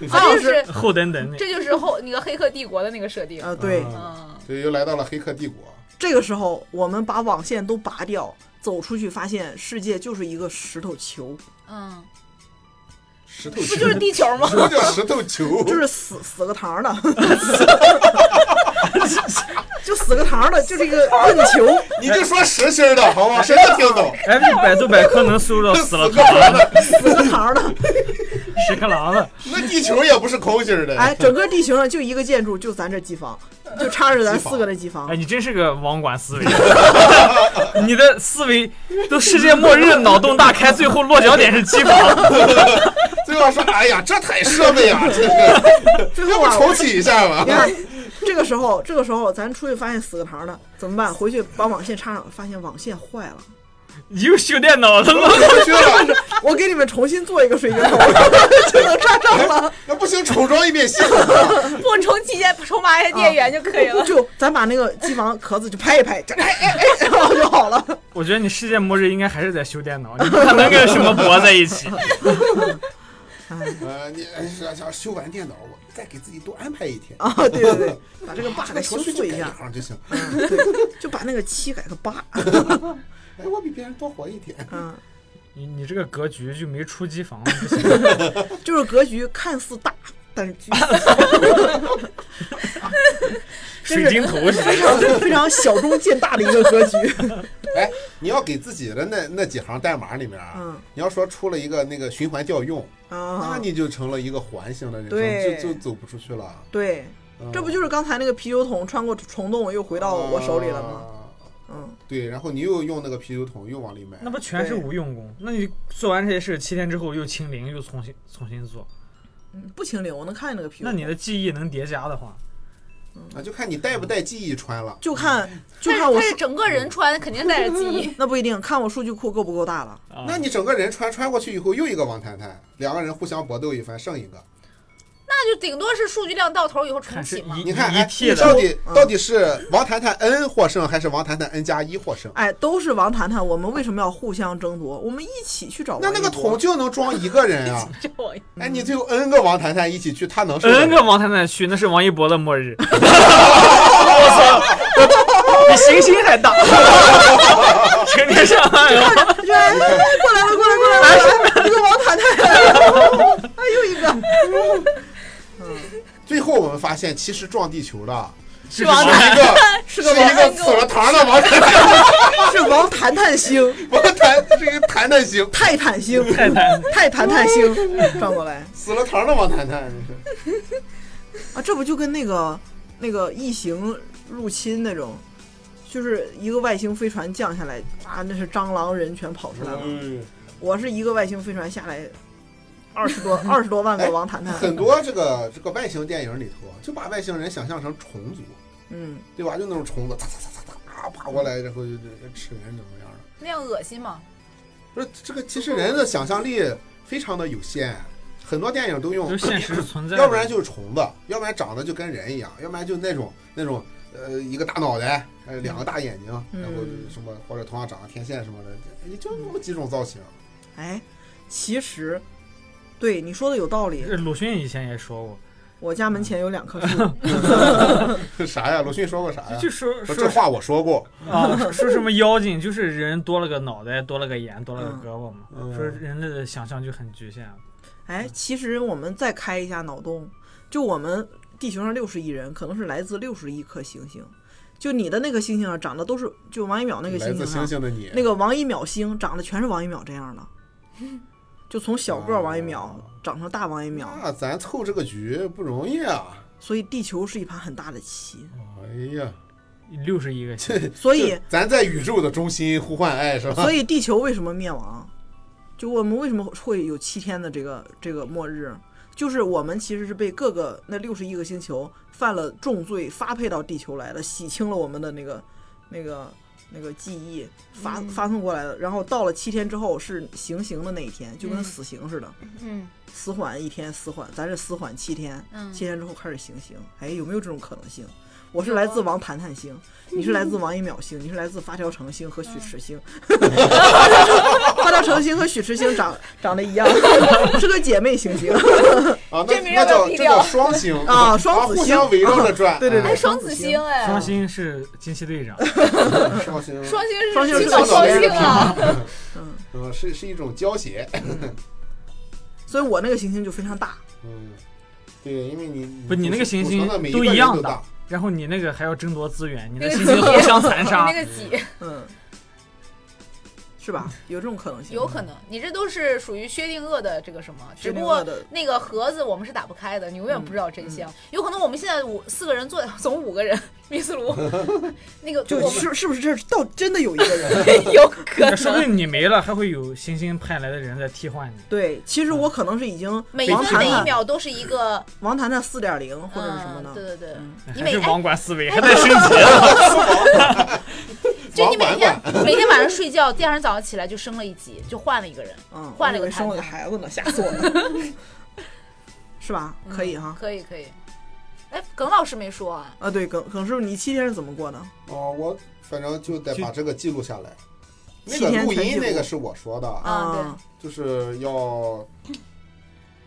这就是
后等等你，
这就是后那个《黑客帝国》的那个设定。
呃，对，
嗯所以又来到了黑客帝国。
这个时候，我们把网线都拔掉，走出去，发现世界就是一个石头球，
嗯，
石头
不
球
就是地球吗？
什么叫石头球？
就是死死个堂 儿的，就死个堂儿的，就是一个硬球。
你就说实心儿
哎
的好吗？谁能听懂？
哎，这百度百科能搜到死了
死个 人了，
死个堂儿的，
屎壳郎了，
那地球也不是空心儿的。
哎，整个地球上就一个建筑，就咱这机房，就插着咱四个的机房
哎，。你真是个网管思维， 你的思维都世界末日脑洞大开，最后落脚点是机房，
最后说，哎呀，这太设备 呀，这个
最
要
后
不
啊，
重启一下吧
你？看，这个时候，这个时候咱出去发现死个堂儿的，怎么办？回去把网线插上，发现网线坏了。
你又修电脑了吗？
不去了，
我给你们重新做一个水晶头， 就能插上了。
那不行，重装一遍系统。
不充气线，充拔一下
啊
电源就可以了。
就咱把那个机房壳子就拍一拍，就哎哎哎，然后就好了。
我觉得你世界末日应该还是在修电脑，你不可能跟什么博在一起。
呃，你哎想想修完电脑，我再给自己多安排一天，
啊，对对对，把这个 bug
这个
修
程序
复
就改一
一下，
行就行。
就把那个七改个八。
哎，我比别人多活一天。
嗯，
你你这个格局就没出机 房，不行
就是格局看似大，但是巨
水晶头 是吧
非常非常小中见大的一个格局。
哎，你要给自己的那那几行代码里面啊，
嗯
你要说出了一个那个循环调用，那
啊，
你就成了一个环形的人
对
生，就就走不出去了。
对，
嗯
这不就是刚才那个啤酒桶穿过虫洞又回到我手里了吗？
啊
嗯，
对，然后你又用那个啤酒桶又往里买
那，不全是无用功？那你做完这些事，七天之后又清零，又重新重新做，
不清零，我能看见那个啤酒
那
桶。
你的记忆能叠加的话，
啊，就看你带不带记忆穿了。
就看就
但是
看我嗯
但是
数，
整个人穿肯定带着记忆。
那不一定，看我数据库够不够大了。
啊
那你整个人穿穿过去以后，又一个王谈谈，两个人互相搏斗一番，剩一个。
那就顶多是数据量到头以后重
看是
启嘛
一。
你看，
一
哎，
T
你
的
到底
嗯
到底是王谈谈 n 获胜，还是王谈谈 n 加一获胜？
哎，都是王谈谈，我们为什么要互相争夺？我们一起去找
那
王
那
一
个
博
桶就能装一个人啊！哎，你最后 n 个王谈谈一起去，他能受得
嗯，
了？
个王太太去，那是王一博的末 日。我 操，比行星还大，成天上岸了。
就哎哎哎过来了，过来，过来，过来，一个王谈谈， 哎，又一个，
最后我们发现，其实撞地球的
是王
是一个是
个
一个死了堂的王谈谈，
是王谈谈星，
王谈是一个谈谈星，
泰坦星，
太太，
泰坦坦星，转过来
死了堂的王谈谈，
啊，这不就跟那个那个异形入侵那种，就是一个外星飞船降下来，啊，那是蟑螂人全跑出来了。
嗯
我是一个外星飞船下来，二十多二十多万个王谈谈，
很多这个这个外星电影里头，就把外星人想象成虫族，
嗯，
对吧？就那种虫子，哒哒哒哒哒爬过来，然后就就吃人怎么样的？
那样恶心吗？
不是这个，其实人的想象力非常的有限，很多电影都用
就，现实存在的，
要不然就是虫子，要不然长得就跟人一样，要不然就那种那种呃一个大脑袋，呃两个大眼睛，
嗯
然后就是什么或者同样长个天线什么的，也就那么几种造型。
哎，其实，对你说的有道理。
呃鲁迅以前也说过，
我家门前有两棵 树，
啥呀？鲁迅说过啥呀？
就说
说这
说
啊话我说过，
啊，说说什么妖精，就是人多了个脑袋，多了个眼，多了个胳膊嘛。
嗯
说人类的想象就很局限。
哎，其实我们再开一下脑洞，就我们地球上六十亿人，可能是来自六十亿颗行星。就你的那颗星星上长得都是，就王一淼那个
来
星
自
星
星
上，
星的你，
那个王一淼星长得全是王一淼这 样的，就从小个儿王一淼
哦
长成大王一淼，
那啊咱凑这个局不容易啊！
所以地球是一盘很大的棋。
哎呀，
六十一个星，
哦所以
就咱在宇宙的中心呼唤爱是吧？
所以地球为什么灭亡？就我们为什么会有七天的这个这个末日？就是我们其实是被各个那六十亿个星球犯了重罪，发配到地球来了，洗清了我们的那个那个那个记忆，发发送过来的。然后到了七天之后是行刑的那一天，就跟
嗯
死刑似的，
嗯，
死缓一天，死缓，咱是死缓七天，
嗯
七天之后开始行刑。哎，有没有这种可能性？我是
啊
来自王谈谈 星，你是来自王一淼星，你是来自发条橙星和许池星。
嗯
发条橙星和许池星 长长得一样，是个姐妹行星
啊，那
这名
那
儿要不要
叫
毙
这
掉
叫双星
啊双子
互
星啊
相围绕着转。
对对对
哎
哎，双子星哎，
双星是惊奇队长，
啊双星，
双星是
双星是
青岛
青岛
双
人
星啊，
嗯，是是一种交谐。
所以我那个行星就非常大。
嗯，对，因为你
不你那个行星
组成的每一
都
个
一
人
样
都
大
大，
然后你那个还要争夺资源，你的
那个
星星互相残 杀
那。个几
嗯，是吧？有这种可能性？
有可能，你这都是属于薛定谔的这个什么，只
薛定
不
谔
过
的嗯
那个盒子我们是打不开的，你永远不知道真相。有可能我们现在五四个人坐，总五个人，密斯 卢，那个
就
我们
是是不是这到真的有一个人？
有 可
说不
能。
定你没了，还会有行星派来的人在替换你。
对，其实我可能是已经
每
王
分
谈
每一
谈
秒都是一个，
王谈谈四点零或者是什么
嗯，
呢？
对对对，你
还
每
是
哎
网管思维，还在升级啊！
就你每
管
天
管
每天晚上睡觉，第二天早上起来就升了一级，就换了一个人，
嗯，
换了
我以
个
为生了
摊
个
摊
孩子呢，吓死我了， 是吧？
嗯
可以哈。
可以可以。哎，耿老师没说啊，
啊，对，耿耿师傅，你七天是怎么过的？
哦，我反正就得把这个记录下来。那
七
个
天
录
全记
音
录
那个是我说的，
啊对
啊，
就是要，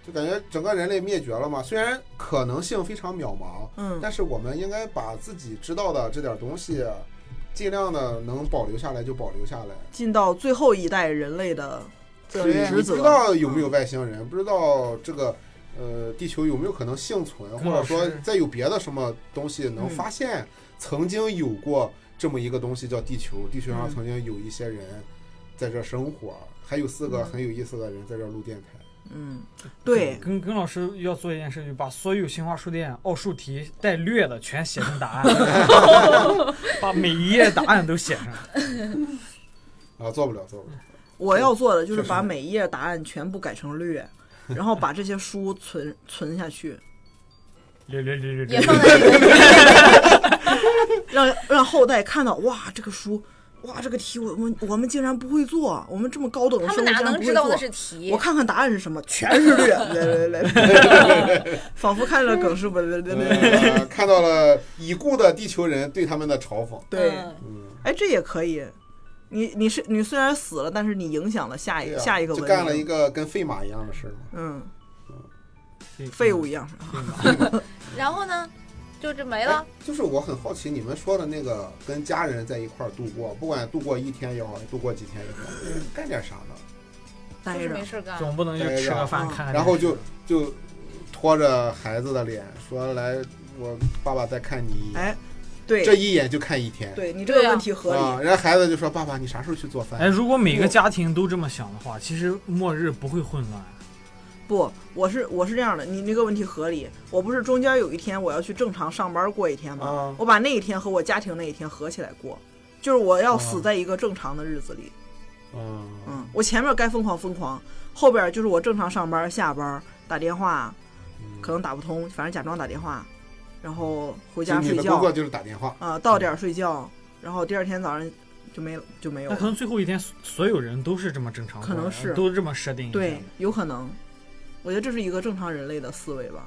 就感觉整个人类灭绝了嘛。虽然可能性非常渺茫，
嗯
但是我们应该把自己知道的这点东西，尽量的能保留下来就保留下来。
尽到最后一代人类的责
对，
任
你
职
不知
责。
道有没有外星人，不知道这个呃地球有没有可能幸存，
孔
或
老
者
师
说再有别的什么东西能
嗯
发现曾经有过这么一个东西叫地球，地球上
嗯
曾经有一些人在这生活，还有四个很有意思的人在这录电台。
嗯，对，
跟跟老师要做一件事，就把所有新华书店奥数题带略的全写 成答案，把每一页答案都写上。
啊，做不了，做不了。
我要做的就是
确实
把每一页答案全部改成略，然后把这些书存存下去，
略略略略
也
略。
放在这个
让让后代看到，哇，这个书，哇，这个题我们我们竟然不会做，我们这么高等的
他
生物
们哪
竟然
能
不
知道
会
那
做
是。题
我？看看答案是什么，全是略， 来来来， 仿佛看着耿师傅，来来来来
呃， 看到了已故的地球人对他们的嘲讽。
对，
嗯
哎，这也可以。你你是你虽然死了，但是你影响了下一、
对啊
下一个文
就
明，
干了一个跟费马一样的事儿嘛。
嗯
对
废物一样。
然后呢，就这没了
哎。就是我很好奇你们说的那个跟家人在一块儿度过，不管度过一天也好，度过几天也好，干点啥呢？
待
就是
哎着
没，事干。
总不能就吃个饭看看电视。
然后就就拖着孩子的脸说来，我爸爸再看你一眼，
哎，对
这一眼就看一天。
对，你这个
对啊
问题合理，
啊，人家孩子就说：“爸爸，你啥时候去做
哎，
饭啊
如果每个家庭都这么想的话，其实末日不会混乱。啊
不，我是我是这样的，你那个问题合理。我不是中间有一天我要去正常上班过一天吗？
啊
我把那一天和我家庭那一天合起来过，就是我要死
啊
在一个正常的日子里。
嗯，
嗯，我前面该疯狂疯狂，后边就是我正常上班下班打电话，
嗯
可能打不通，反正假装打电话，然后回
就
家
你
睡
的
觉
工作就是打电话，
啊、到点儿睡觉，然后第二天早上就没就没有
那可
了。
能最后一天所所有人都是这么正常过来的，
可能是
都这么设定一下
对，有可能，我觉得这是一个正常人类的思维吧。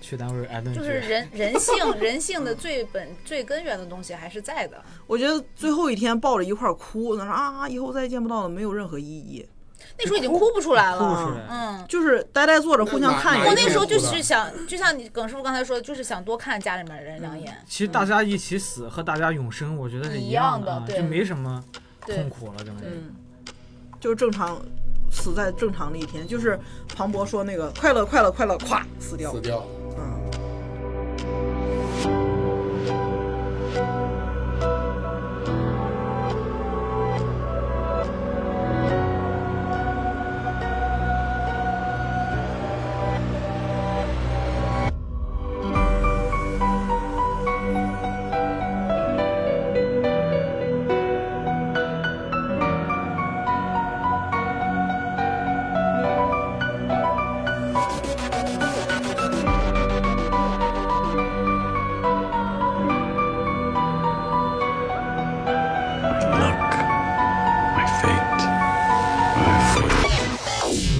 去单位挨顿
就是
去。
人人性人性的最本最根源的东西还是在的。
我觉得最后一天抱着一块儿哭，那说啊，以后再也见不到了，没有任何意义。
那时候已经哭不出来
哭
了，
出来，
嗯。
就是呆呆坐着，
那
互相
哪
看
哪一
一
我
眼
天
那时候就
哭的
是想，就像你耿师傅刚才说的，就是想多看家里面人两眼。
其实大家一起死和大家永生，我觉得是
一
样
样
的，
的
啊，
对
就没什么
对
痛苦了，真的。
嗯，就是正常死在正常的一天，就是庞博说那个快乐快乐快乐，咵死掉
死。掉了。
嗯，
Look, my fate, my fate.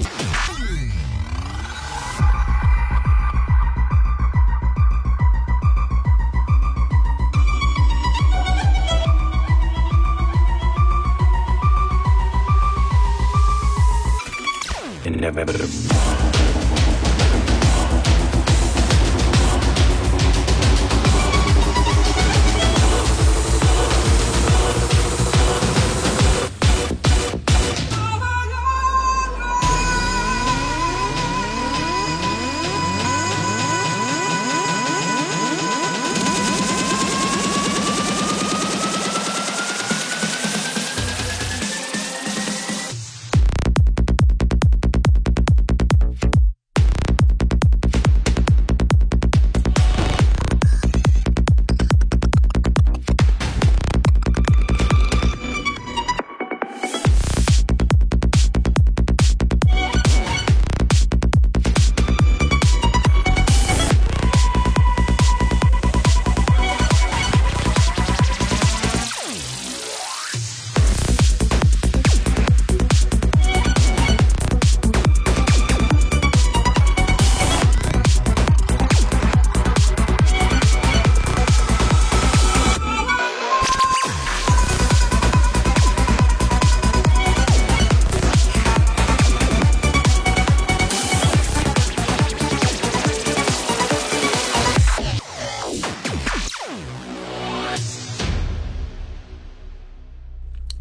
Inevitable.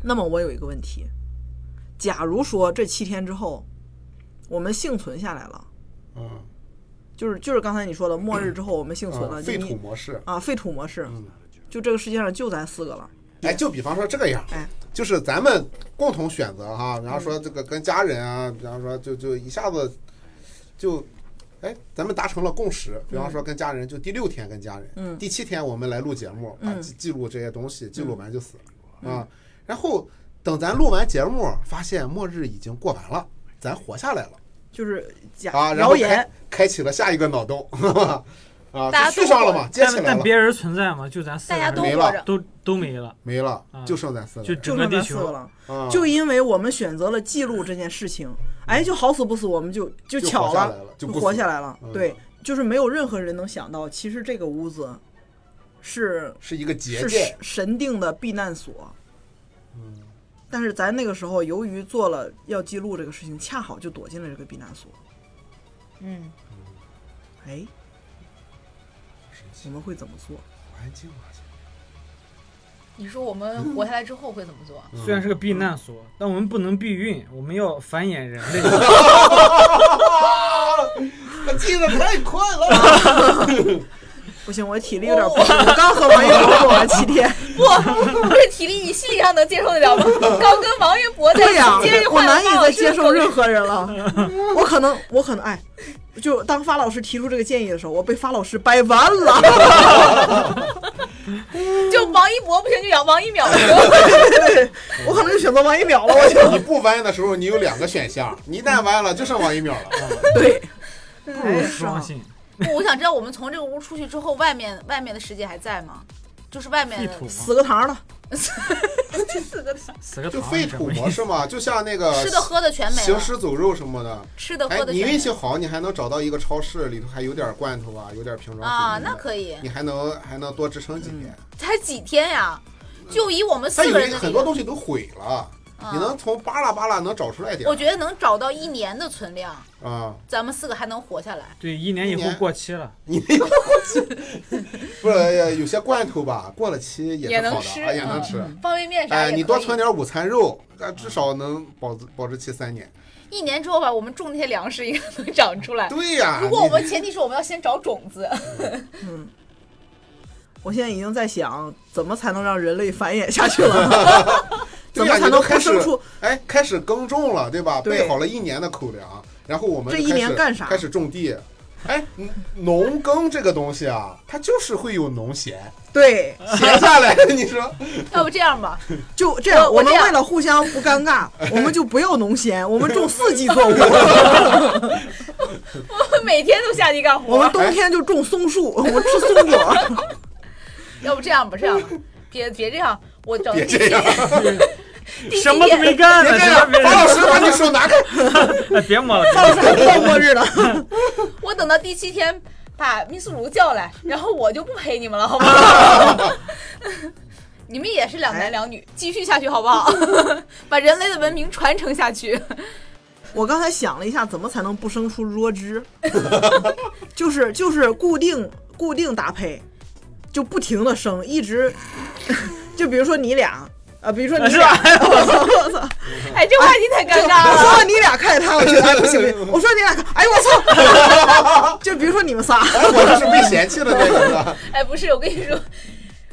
那么我有一个问题，假如说这七天之后我们幸存下来了，
嗯，
就是就是刚才你说的末日之后我们幸存
啊
了，就
废
你
土模式。
啊废土模式，
嗯
就这个世界上就咱四个了。
哎，就比方说这个样，
哎
就是咱们共同选择哈，然后说这个跟家人啊，比方说就就一下子就，哎，咱们达成了共识，比方说跟家人就第六天跟家人，
嗯
第七天我们来录节目，把
嗯
记记录这些东西，记录完就死了啊，然后等咱录完节目，发现末日已经过完了，咱活下来了。
就是假
啊，然
谣
后
言
开，开启了下一个脑洞， 啊，
大家
就
都
续上了嘛，接
但
起来
但
了，
别人存在嘛，就咱四
大
个
家
人
都
没
活
了
着，
都都没了，
没了
啊，
就剩咱四个
就
人，
就
整个
剩
地
咱四个
球
了。
啊
就因为我们选择了记录这件事情，哎，就好死不死，我们就就
就
巧
活下来了就
就
不死
活下来了。
嗯
对，就是没有任何人能想到，其实这个屋子是
是一个结
是
界嗯
神，神定的避难所。但是咱那个时候，由于做了要记录这个事情，恰好就躲进了这个避难所。
嗯，
哎，我们会怎么做？
我安静了
你说我们活下来之后会怎么做？
嗯
虽然是个避难所，
嗯
但我们不能避孕，我们要繁衍人类。
我记得太快了，
不行，我体力有点不行，我刚喝完药，我七天，
不，不是体力，你心理上能接受得 了吗？刚跟王云博在
对呀、
接一
我
话的
难以
话，
再
真的
接受
够
任何人 了。我可能，我可能，哎，就当发老师提出这个建议的时候，我被发老师掰弯了。
就王一博不行，就养王一淼。
我可能就选择王一淼了。我就
你不弯的时候，你有两个选项，你一旦弯了，就剩王一淼了。
对，
不如
啊
双性，
不 我想知道我们从这个屋出去之后，外面外面的世界还在吗？就是外面
废
的
土
死个堂了。
死个
就
堂
废土模式 嘛，就像那个
吃的喝的全没
行
了，
尸走肉什么的。
吃的
哎
喝，的
你
全没
运气
了
好，你还能找到一个超市里头还有点罐头啊，有点瓶装
啊，
水
那
果
可以，
你还能还能多支撑几天。
才几天呀？就以我们
它
四
有
个人
一
的
很
力
多
量，
东西都毁了，
啊
你能从扒拉扒拉能找出来点
我觉得能找到一年的存量，
啊？
咱们四个还能活下来。
对，一年以后过期了，
你不是呃有些罐头吧，过了期也
也
是
能
好的
吃
啊，也能
嗯
吃。
方便面啥也
哎，
可以
你多存点午餐肉，啊，至少能保质保质期三年。
一年之后吧，我们种那些粮食应该能长出来。
对呀、
如果我
你
们前提是我们要先找种子，
我现在已经在想，怎么才能让人类繁衍下去了？ 怎
对
么
呀、
才
你
能
都
不
开
生
始
出？
哎开始耕种了，对吧？
对
备好了一年的口粮，然后我们
这
就
一
开
年
始
干啥
开始种地。哎，嗯农耕这个东西啊，它就是会有农闲，
对，
闲下来，你 说
要不这样吧，
就这样。
我
我
我
们
这样
为了互相不尴尬，我们就不要农闲，我们种四季 作物。
每天都下地干活。
我们冬天就种松树，我们吃松果。
要不这样吧，这样吧，别别这样，我整
别
第七
这样，
第
什么都没
天
干
别
呢，
这
什么
样，
别
王老师把你手拿开，
哎别抹了，别
到
抹
时候过末日了，
我等到第七天把密苏卢叫来，然后我就不陪你们了，好 吗？你们也是两男两女，继续下去好不好？
把人类的文明传承下去。
我刚才想了一下，怎么才能不生出弱枝？ 就是就是固定固定搭配，就不停的生，一直 就比如说你俩。啊，比如说你俩， 我操！
哎，这话题太尴尬
我
了。
说你俩看见他，我觉得哎不行，不行我说你俩看，哎我操！就 比如说你们仨，
哎，我就是被嫌弃的那个是 吧，
哎，不是，我跟你说，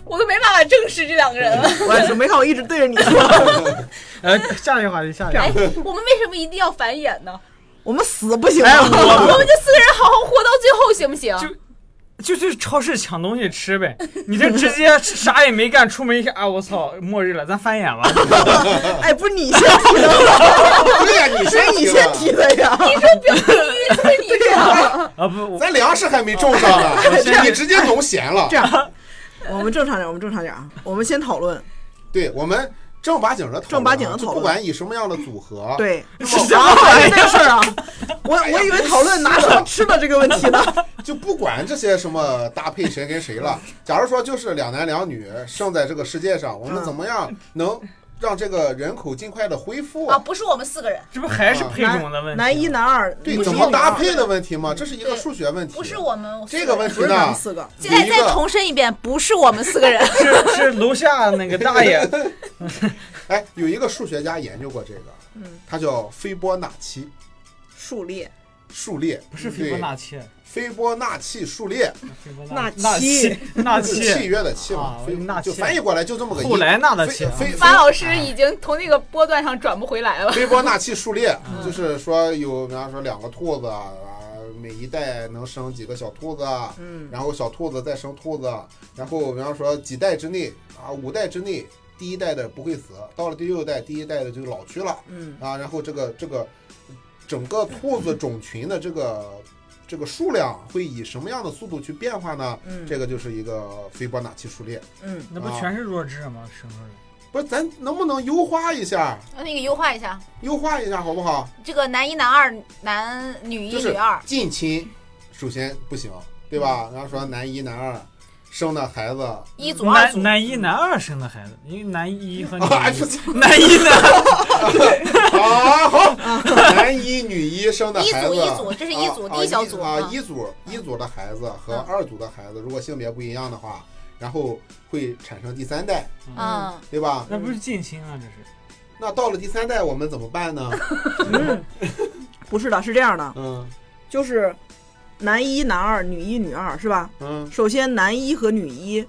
我都没办法正视这两个人了。
我也是没看我一直对着你说，
哎，下一个话题，下一
哎
个。，
我们为什么一定要繁衍呢？
我们死不行
哎，
吗？
我
我
们就四个人好好活到最后，行不行？
就去超市抢东西吃呗。你这直接啥也没干，出门一看啊，我操，末日了，咱翻眼吧。
哎，不是你先提的，
对呀、你
是
先
哎你
提
先
了，
提的呀。
对呀，
啊不，我
咱粮食还没种上呢， 你直接农闲了
这。样，我们正常点，我们正常点啊！我们先讨论，
对我们正儿八经的讨论啊，
正儿八经地
就
讨论
不管以什么样的组合，，
对，
是
我刚讨论这个事儿啊，我
哎
我以为讨论拿什么吃的这个问题呢。
就不管这些什么搭配谁跟谁 了。假如说就是两男两女生在这个世界上，我们
嗯
怎么样能让这个人口尽快的恢复？
啊，不是我们四个人，
这不还是配种的问题？啊
男一男二，
对，
不是
怎么
我们
搭
啊？
配的问题嘛，这是一个
对
数学问题。
不是我们
这个问
不
题
是咱
呢
们，四个，
有
现在
一
再
个
重申一遍，不是我们四个人，
是是楼下那个大爷，
哎，有一个数学家研究过这个，
嗯，
他叫斐波那契
数列
数列，
不是斐波那契，
对斐波那契数列，
斐波
纳
纳
契
契纳
就是契
契，
约的契嘛
啊，
斐
那契
就翻译过来就这么个意思。
后来纳的
斐
契。啊
斐斐
樊老师已经从那个波段上转不回
嗯
来了。
斐波那契数列，就是说有，比方说两个兔子啊，每一代能生几个小兔子啊，
嗯
然后小兔子再生兔子，然后比方说几代之内啊，五代之内，第一代的不会死，到了第六代，第一代的就老去了
嗯，
啊，然后这个这个整个兔子种群的这个这个数量会以什么样的速度去变化呢？
嗯
这个就是一个斐波那契数列，
嗯，
那不全是弱智吗？生出来
不是咱能不能优化一下？
那个优化一下，
优化一下好不好？
这个男一、男二、男女一、
就
女
是
二，
近亲，首先不行，对吧？然后说男一男二生的孩子，啊，
一组二组
男，男一男二生的孩子，因为男 一和女
哎
一
不是
男一男
啊，好，男一女一生的孩子，
一组一组这是一组
啊
第一小组
啊，
嗯
一组一组的孩子和
嗯
二组的孩子，如果性别不一样的话，然后会产生第三代，
嗯，
对吧？
那不是近亲啊，这是
那到了第三代，我们怎么办 呢？
不是的，是这样的，
嗯
就是男一男二，女一女二，是吧？
嗯
首先男一和女一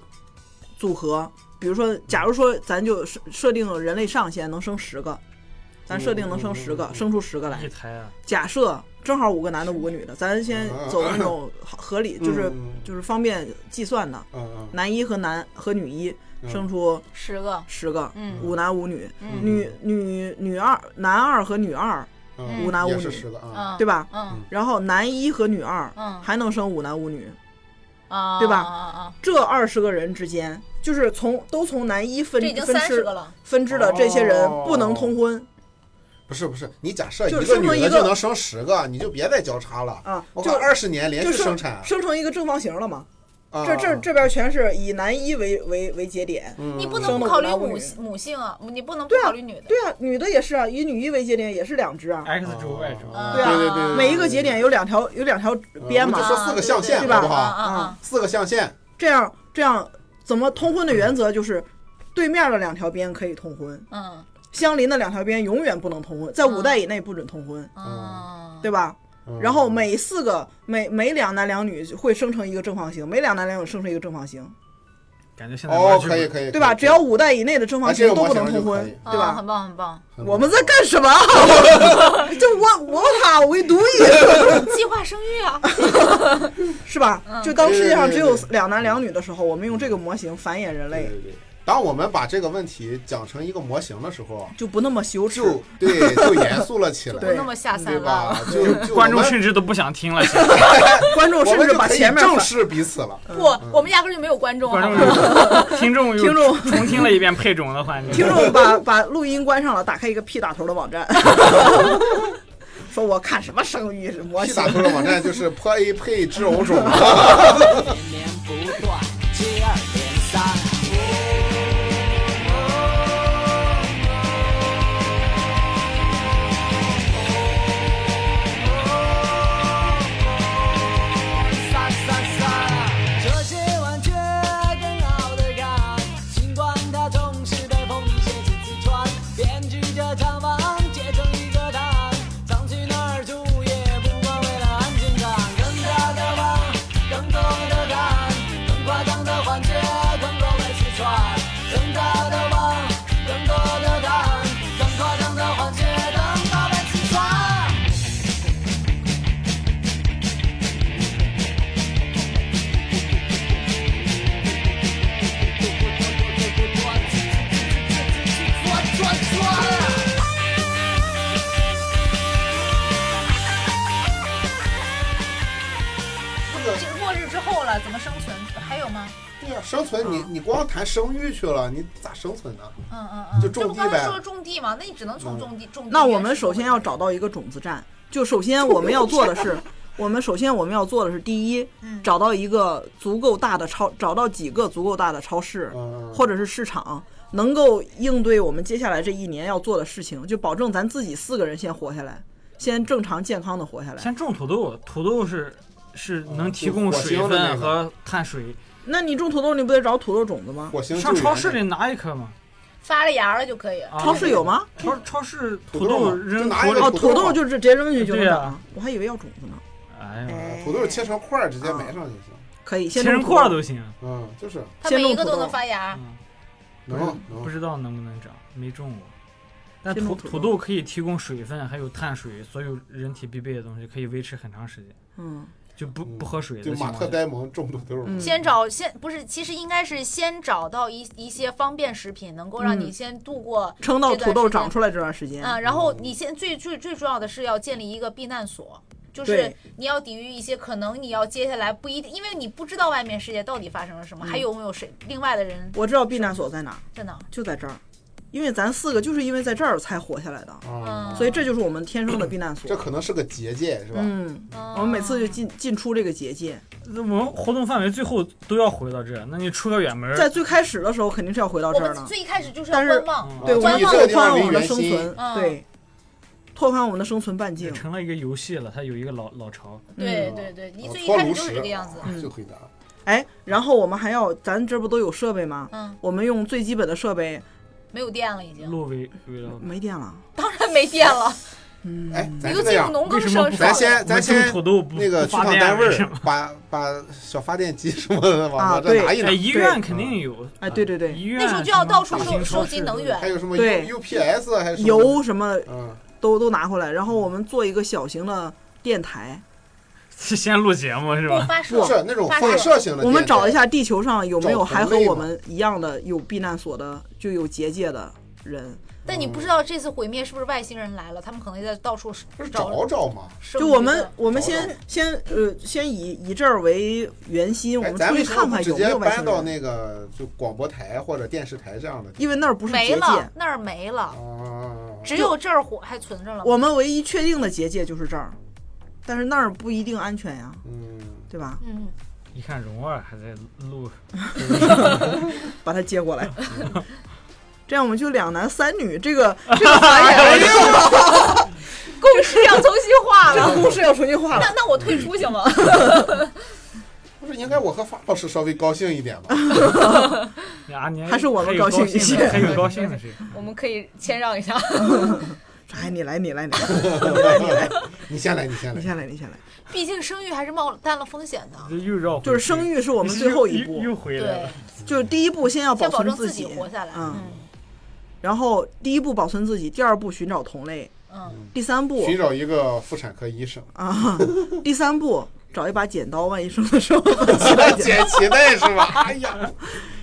组合，比比如说，假如说咱就设设定了人类上限能生十个，咱设定能生十
嗯
个，生出十个来
一。台啊，
假设正好五个男的，五个女的，咱先走那种合理，就是
嗯
就是方便计算的，
嗯
男一和男和女一
嗯
生出
十个，
十个，
嗯
五男五女，
嗯
女女女二男二和女二，
嗯，
无男无
也
女
是十个啊，
嗯，
对吧？
嗯
然后男一和女二
嗯
还能生五男五女，
啊，
对吧
啊啊啊，
这二十个人之间，就是从都从男一分
这已经
分
三十
支
个了，
分支的这些人
哦
不能通婚，
不是不是，你假设
就是
一个
生成
女
一
的
个
就能生十个，你就别再交叉了
啊
我
就
靠，二十年连
就
续
生
生产，
生成一个正方形了嘛？
啊
这这这边全是以男一为为为节点，
嗯
你
嗯
不能
生
不
了
考
五
虑
男五
母
女
母性啊，你不能不
对啊
考虑女的。
对啊，女的也是啊，以女一为节点也是两只啊，
X 轴 Y 轴，
啊
对啊
哎对对对，
每一个节点有两条有两条边嘛
我们就，啊说四个象限
对吧
好不
啊
好？
啊啊！
四个象限，
这样这样怎么通婚的原则就是，对面的两条边可以通婚，
嗯
相邻的两条边永远不能通婚，在五代以内不准通婚，
啊，
对吧？
嗯
然后每四个每每两男两女会生成一个正方形，每两男两女生成一个正方形，
感觉现在
哦
玩，具
可以可以，
对吧？只要五代以内的正方形都不能通婚，
哎
对
啊
吧
很？棒很棒，
我们在干 什么？就我我他唯独一，
计划生育啊，
是吧？就当世界上只有
对对对
两男两女的时候，我们用这个模型繁衍人
对
类，
对对。当我们把这个问题讲成一个模型的时候，
就不那么羞耻。
就对就严肃了起来，
不那么下三
对
滥
吧
了。？
就就
观众
我们
甚至都不想听了。现
观众
我
甚
们
至
就
把
可以
前面呃
正
翻
视彼此了。
不，我们压根儿就没有观众，
观众
好吧
又听众又
听众
重听了一遍配种的环节
听，众把把录音关上了，打开一个 P 打头的 网站，说我看什么生育模
屁
型
打。头的网站就是 破 A 配之偶 种，
连不断，接二连三。三三三，这些完全更好的看，尽管它总是被风一些次刺穿，编织着长方结成一个蛋，藏去哪儿住也不管，为了安全感，更大的望，更多的看，更夸张的幻觉，更多被刺穿，更大的望，更多的看，更夸张的幻觉，更多被刺穿。
这个末日之后了，怎么生存？还有吗？
对呀，生存
嗯
你你光谈生育去了，你咋生存呢？
嗯嗯嗯，
就
这
种
不
地
刚才
呗
说了种地嘛，那你只能从种地种地。
那我们首先要找到一个种子站，就首先我们要做的 是，我们首先我们要做的是，第一，找到一个足够大的超，找到几个足够大的超市
嗯
或者是市场，能够应对我们接下来这一年要做的事情，就保证咱自己四个人先活下来，先正常健康的活下来。
先种土豆，土豆是是能提供
就火
水
星的那
分
个
和碳水。
那你种土豆，你不得找土豆种子吗？
火星
上
救援
超市里拿一颗嘛，
发了芽了就可以。
啊
超市有吗？
超超市土
土豆嘛
豆扔
就拿
火
一
里
个
哦，
土
土
豆
豆就直接扔进去就能
对
长，
啊
我还以为要种子呢。
哎呀，
土豆切成块儿直接
嗯
埋上就行。
可以，先
切成
种土
块儿
豆
都行。
嗯，就是
它
先
每
种
一个
土
都
豆
能发芽，
嗯，
能
不
能。
知道能不能长，没种过。但
先
土
种土
土
豆
豆可以提供水分，还有碳水，所有人体必备的东西，可以维持很长时间，
嗯，
就不
嗯
不喝水的
就
情
马
况
特
下。
呆萌种土豆，
嗯
先找先不是，其实应该是先找到一一些方便食品，能够让你先度过
撑到
这段
土豆
时间
长出来这段时间。
啊，然后你先最最最重要的是要建立一个避难所，就是
对
你要抵御一些可能你要接下来不一定，因为你不知道外面世界到底发生了什么，
嗯
还有没有谁另外的人
我知道避难所在哪儿，
在哪？
就在这儿，因为咱四个就是因为在这儿才活下来
哦
的，
啊，
所以这就是我们天生的避难所
这。可能是个结界是吧？
嗯，我们每次就进进出这个结界，
那我们活动范围最后都要回到这，那你出个远门儿，
在最开始的时候肯定是要回到
我
这儿
们
的，
最开始就是要
但是
观望，
对，我
就
们
以这
拓
个地
宽
方
我
为
们的
圆
生
心，
存，
嗯
对，拓宽我们的生存半
也
径。
嗯
成了一个游戏了。它有一个老老巢，
对对对，
嗯
你最一
搓
开始
炉
就是
石
这个样子。
啊就可以打。
哎，然后我们还要，咱这不都有设备吗？
嗯，
我们用最基本的设备，
没有电了已经，
路为为了
没电了。
当然没电了，
嗯
哎，咱
你
就
都
这
进入
样，
农
为
耕
什
社
么不
会，
咱先
我
咱
们种
先
土豆不
那个
不
去
发
趟
电
单位
是
儿
吗，
把把小发电机什么的
啊
往这
对
拿一拿
哎，。医院肯定有，
哎，对对对，
医院
那时候就要到处
什么
收
大型
收
超
集
市
能源
还，有什么 U
对
UPS 啊还是什么
油什么
嗯，
都都拿回来，然后我们做一个小型的电台，
是先录节目是
不
吧？
发射
不是那种放射型的电台。
我们找一下地球上有没有
找
还和
同类
我
嘛
们一样的有避难所的就有结界的人，
但你不知道这次毁灭是不是外星人来了，他们可能在到处
不是
找。
找找嘛。
生
就我
一
们
个
我们
找
先先呃先以以这儿为圆心，我
哎，
们
咱
出
为
去
什
看
么不
看
直
有没有
接
外
搬
星
到
人，
那个就广播台或者电视台这样的地方？
因为那儿不是
没
结
了
界，，
那儿没了，
啊，
只有这儿火还存着了。
我们唯一确定的结界就是这儿，但是那儿不一定安全呀，
嗯，
对吧？
嗯，
一看蓉儿还在录，
把他接 过来。这样我们就两男三女，这个这个繁衍，
故事要重新画
这个
了。
故事要重新画了
那。那我退出行 吗？
不是应该我和法老师稍微高兴一点 吧？
啊，你
还是我们
有高
高兴一些
的还有高 兴的是，
我们可以谦让一下。
哎，你来，你来，你来，你来，你来，
你先来，你先
你
来。
先来，你先来。
毕竟生育还是冒担了风险的。
这又绕回去，
就是生育是我们最后一步
又，又回来
对
了，，
就是第一步先要
先
保
保
存
证自
己，
活下来。
嗯
嗯
然后第一步保存自己，第二步寻找同类，
嗯，
第三步
寻找一个妇产科医生，
啊，第三步找一把剪刀，万一生的时候 把脐带剪，
捡脐带是 吧？哎呀，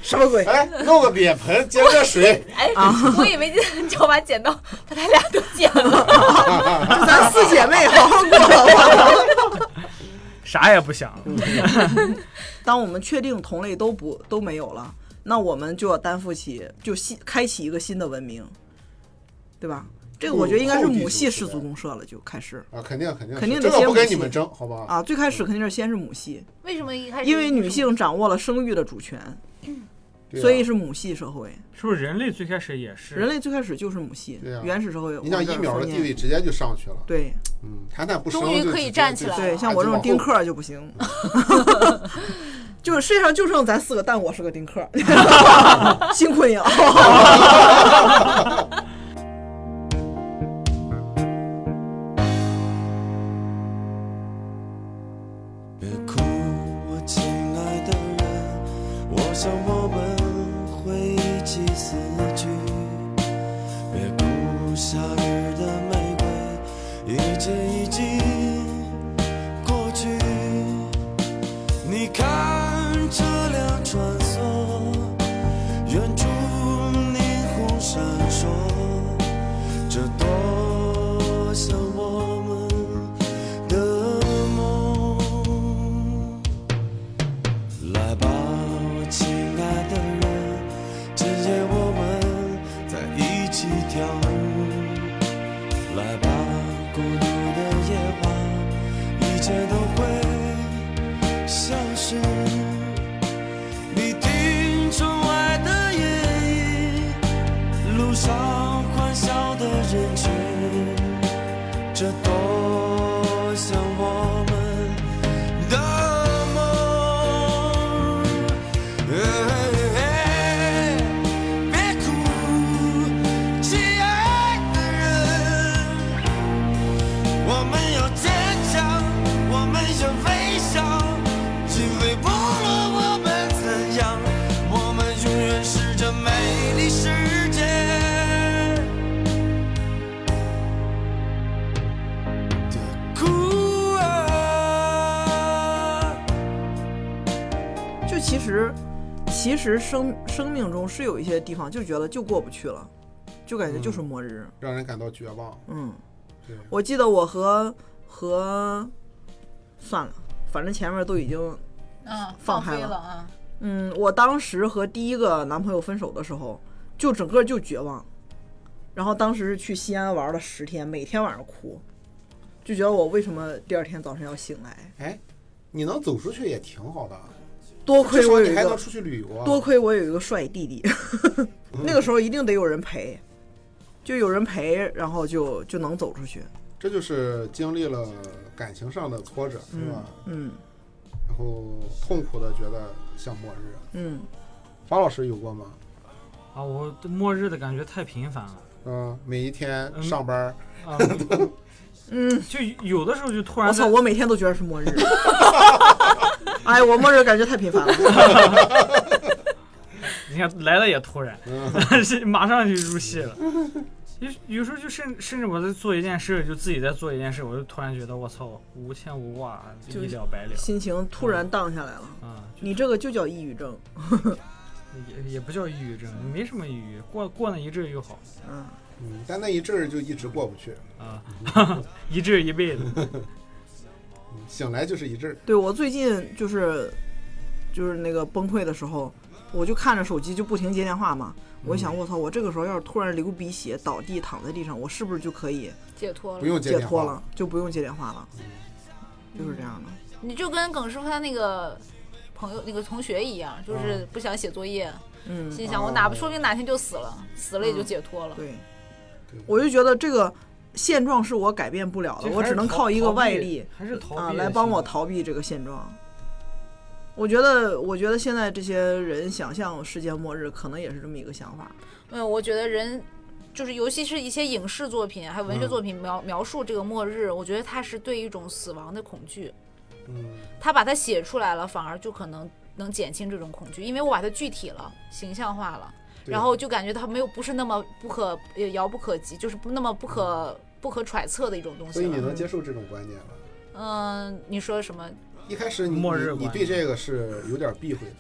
什么鬼？
哎，弄个脸盆接热 水，
哎，我以为 就就把剪刀把他俩都剪 了。
就咱四姐妹好好过好不好。
啥也不想了，
嗯当我们确定同类都不都没有了，那我们就要担负起就新开启一个新的文明，对吧？这个我觉得应该是母系氏族公社了，就开始
啊，肯定肯定是
肯定得
这个
先
不跟
母系
你们争，好吧？
啊，最开始肯定是先是母系，
为什么一开始？
因为女性掌握了生育的主权，
对啊
所以是母系社会。
是不是人类最开始也是
人类最开始就是母系
对啊，
原始社会。
你像
我
疫
们这儿
苗的
封
地
建
位直接就上去了，
对
嗯，谈谈不生
终于
就
可以
直接
站起来
就
了
对，像我这种丁，克儿就不 行。就是世界上就剩咱四个，但我是个丁克儿， 辛苦你了。
别哭，我亲爱的人，我想我们会一起死去。别哭，夏日的玫瑰，一季一季过去。你看车辆穿梭，远处霓虹闪烁，这多像我们的梦。来吧，我亲爱的人，今夜我们在一起跳舞。来吧，孤独的夜晚，一切都会消失。你听窗外的夜莺，路上欢笑的人群，这多像我们。的梦，别哭，亲爱的人，我们要坚强，我们要微笑，因为无论我们怎样，我们永远是这美丽世界。的孤儿。
就其实，其实生生命中是有一些地方就觉得就过不去了，就感觉就是末日。
让人感到绝望。
嗯，
嗯对，
我记得我和和算了，反正前面都已经
嗯
放
飞
开了
了啊，
嗯，我当时和第一个男朋友分手的时候，就整个就绝望，然后当时是去西安玩了十天，每天晚上哭，就觉得我为什么第二天早晨要醒来？
哎，你能走出去也挺好的，
多
至
亏
少
我有
你
一
还能
个，
出去旅游啊。
多亏我有一个帅弟弟， 那个时候一定得有人陪，就有人陪，然后就就能走出去。
这就是经历了感情上的挫折，是吧？
嗯
然后痛苦的觉得像末日。
嗯，
法老师有过吗？
啊？我对末日的感觉太频繁了，
嗯，每一天上班儿
啊，嗯，就有的时候就突然
我
在
操！我每天都觉得是末日。 哎，我末日感觉太频繁了。
你看来的也突然，但 是马上就入戏了。有有时候就甚甚至我在做一件事，就自己在做一件事，我就突然觉得我操，无牵无挂，
就
一了百了
心情突然荡下来了，
啊，就
你这个就叫抑郁症。
也也不叫抑郁症，没什么抑郁，过过那一阵儿就好
嗯，
嗯，但那一阵儿就一直过不去，
啊，一阵儿一辈子。
嗯醒来就是一阵儿。
对我最近就是就是那个崩溃的时候，我就看着手机就不停接电话嘛。我想，我操！我这个时候要是突然流鼻血倒地躺在地上，我是不是就可以
解脱
不
了。
用接
解
电
脱
话嗯
了，，就不用接电话了？就是这样的。
你就跟耿师傅他那个朋友、那个同学一样，就是不想写作业，
嗯，
心想我哪说不定哪天就死了，死了也就解脱了。
对
对，
我就觉得这个现状是我改变不了的，我只能靠一个外力，
还是逃避
啊
的
来帮我
心
逃避这个现状。我觉得，我觉得现在这些人想象世界末日，可能也是这么一个想法。
没嗯有，我觉得人就是，尤其是一些影视作品还有文
嗯
学作品描、描述这个末日，我觉得他是对一种死亡的恐惧，
嗯，
他把它写出来了，反而就可能能减轻这种恐惧，因为我把它具体了、形象化了，
对
然后就感觉它没有不是那么不可呃遥不可及，就是不那么不可不可揣测的一种东
所
西
以你
了。
能接受这种观念吗？
嗯，你说什么？
一开始你
末日观
你你对这个是有点避讳的，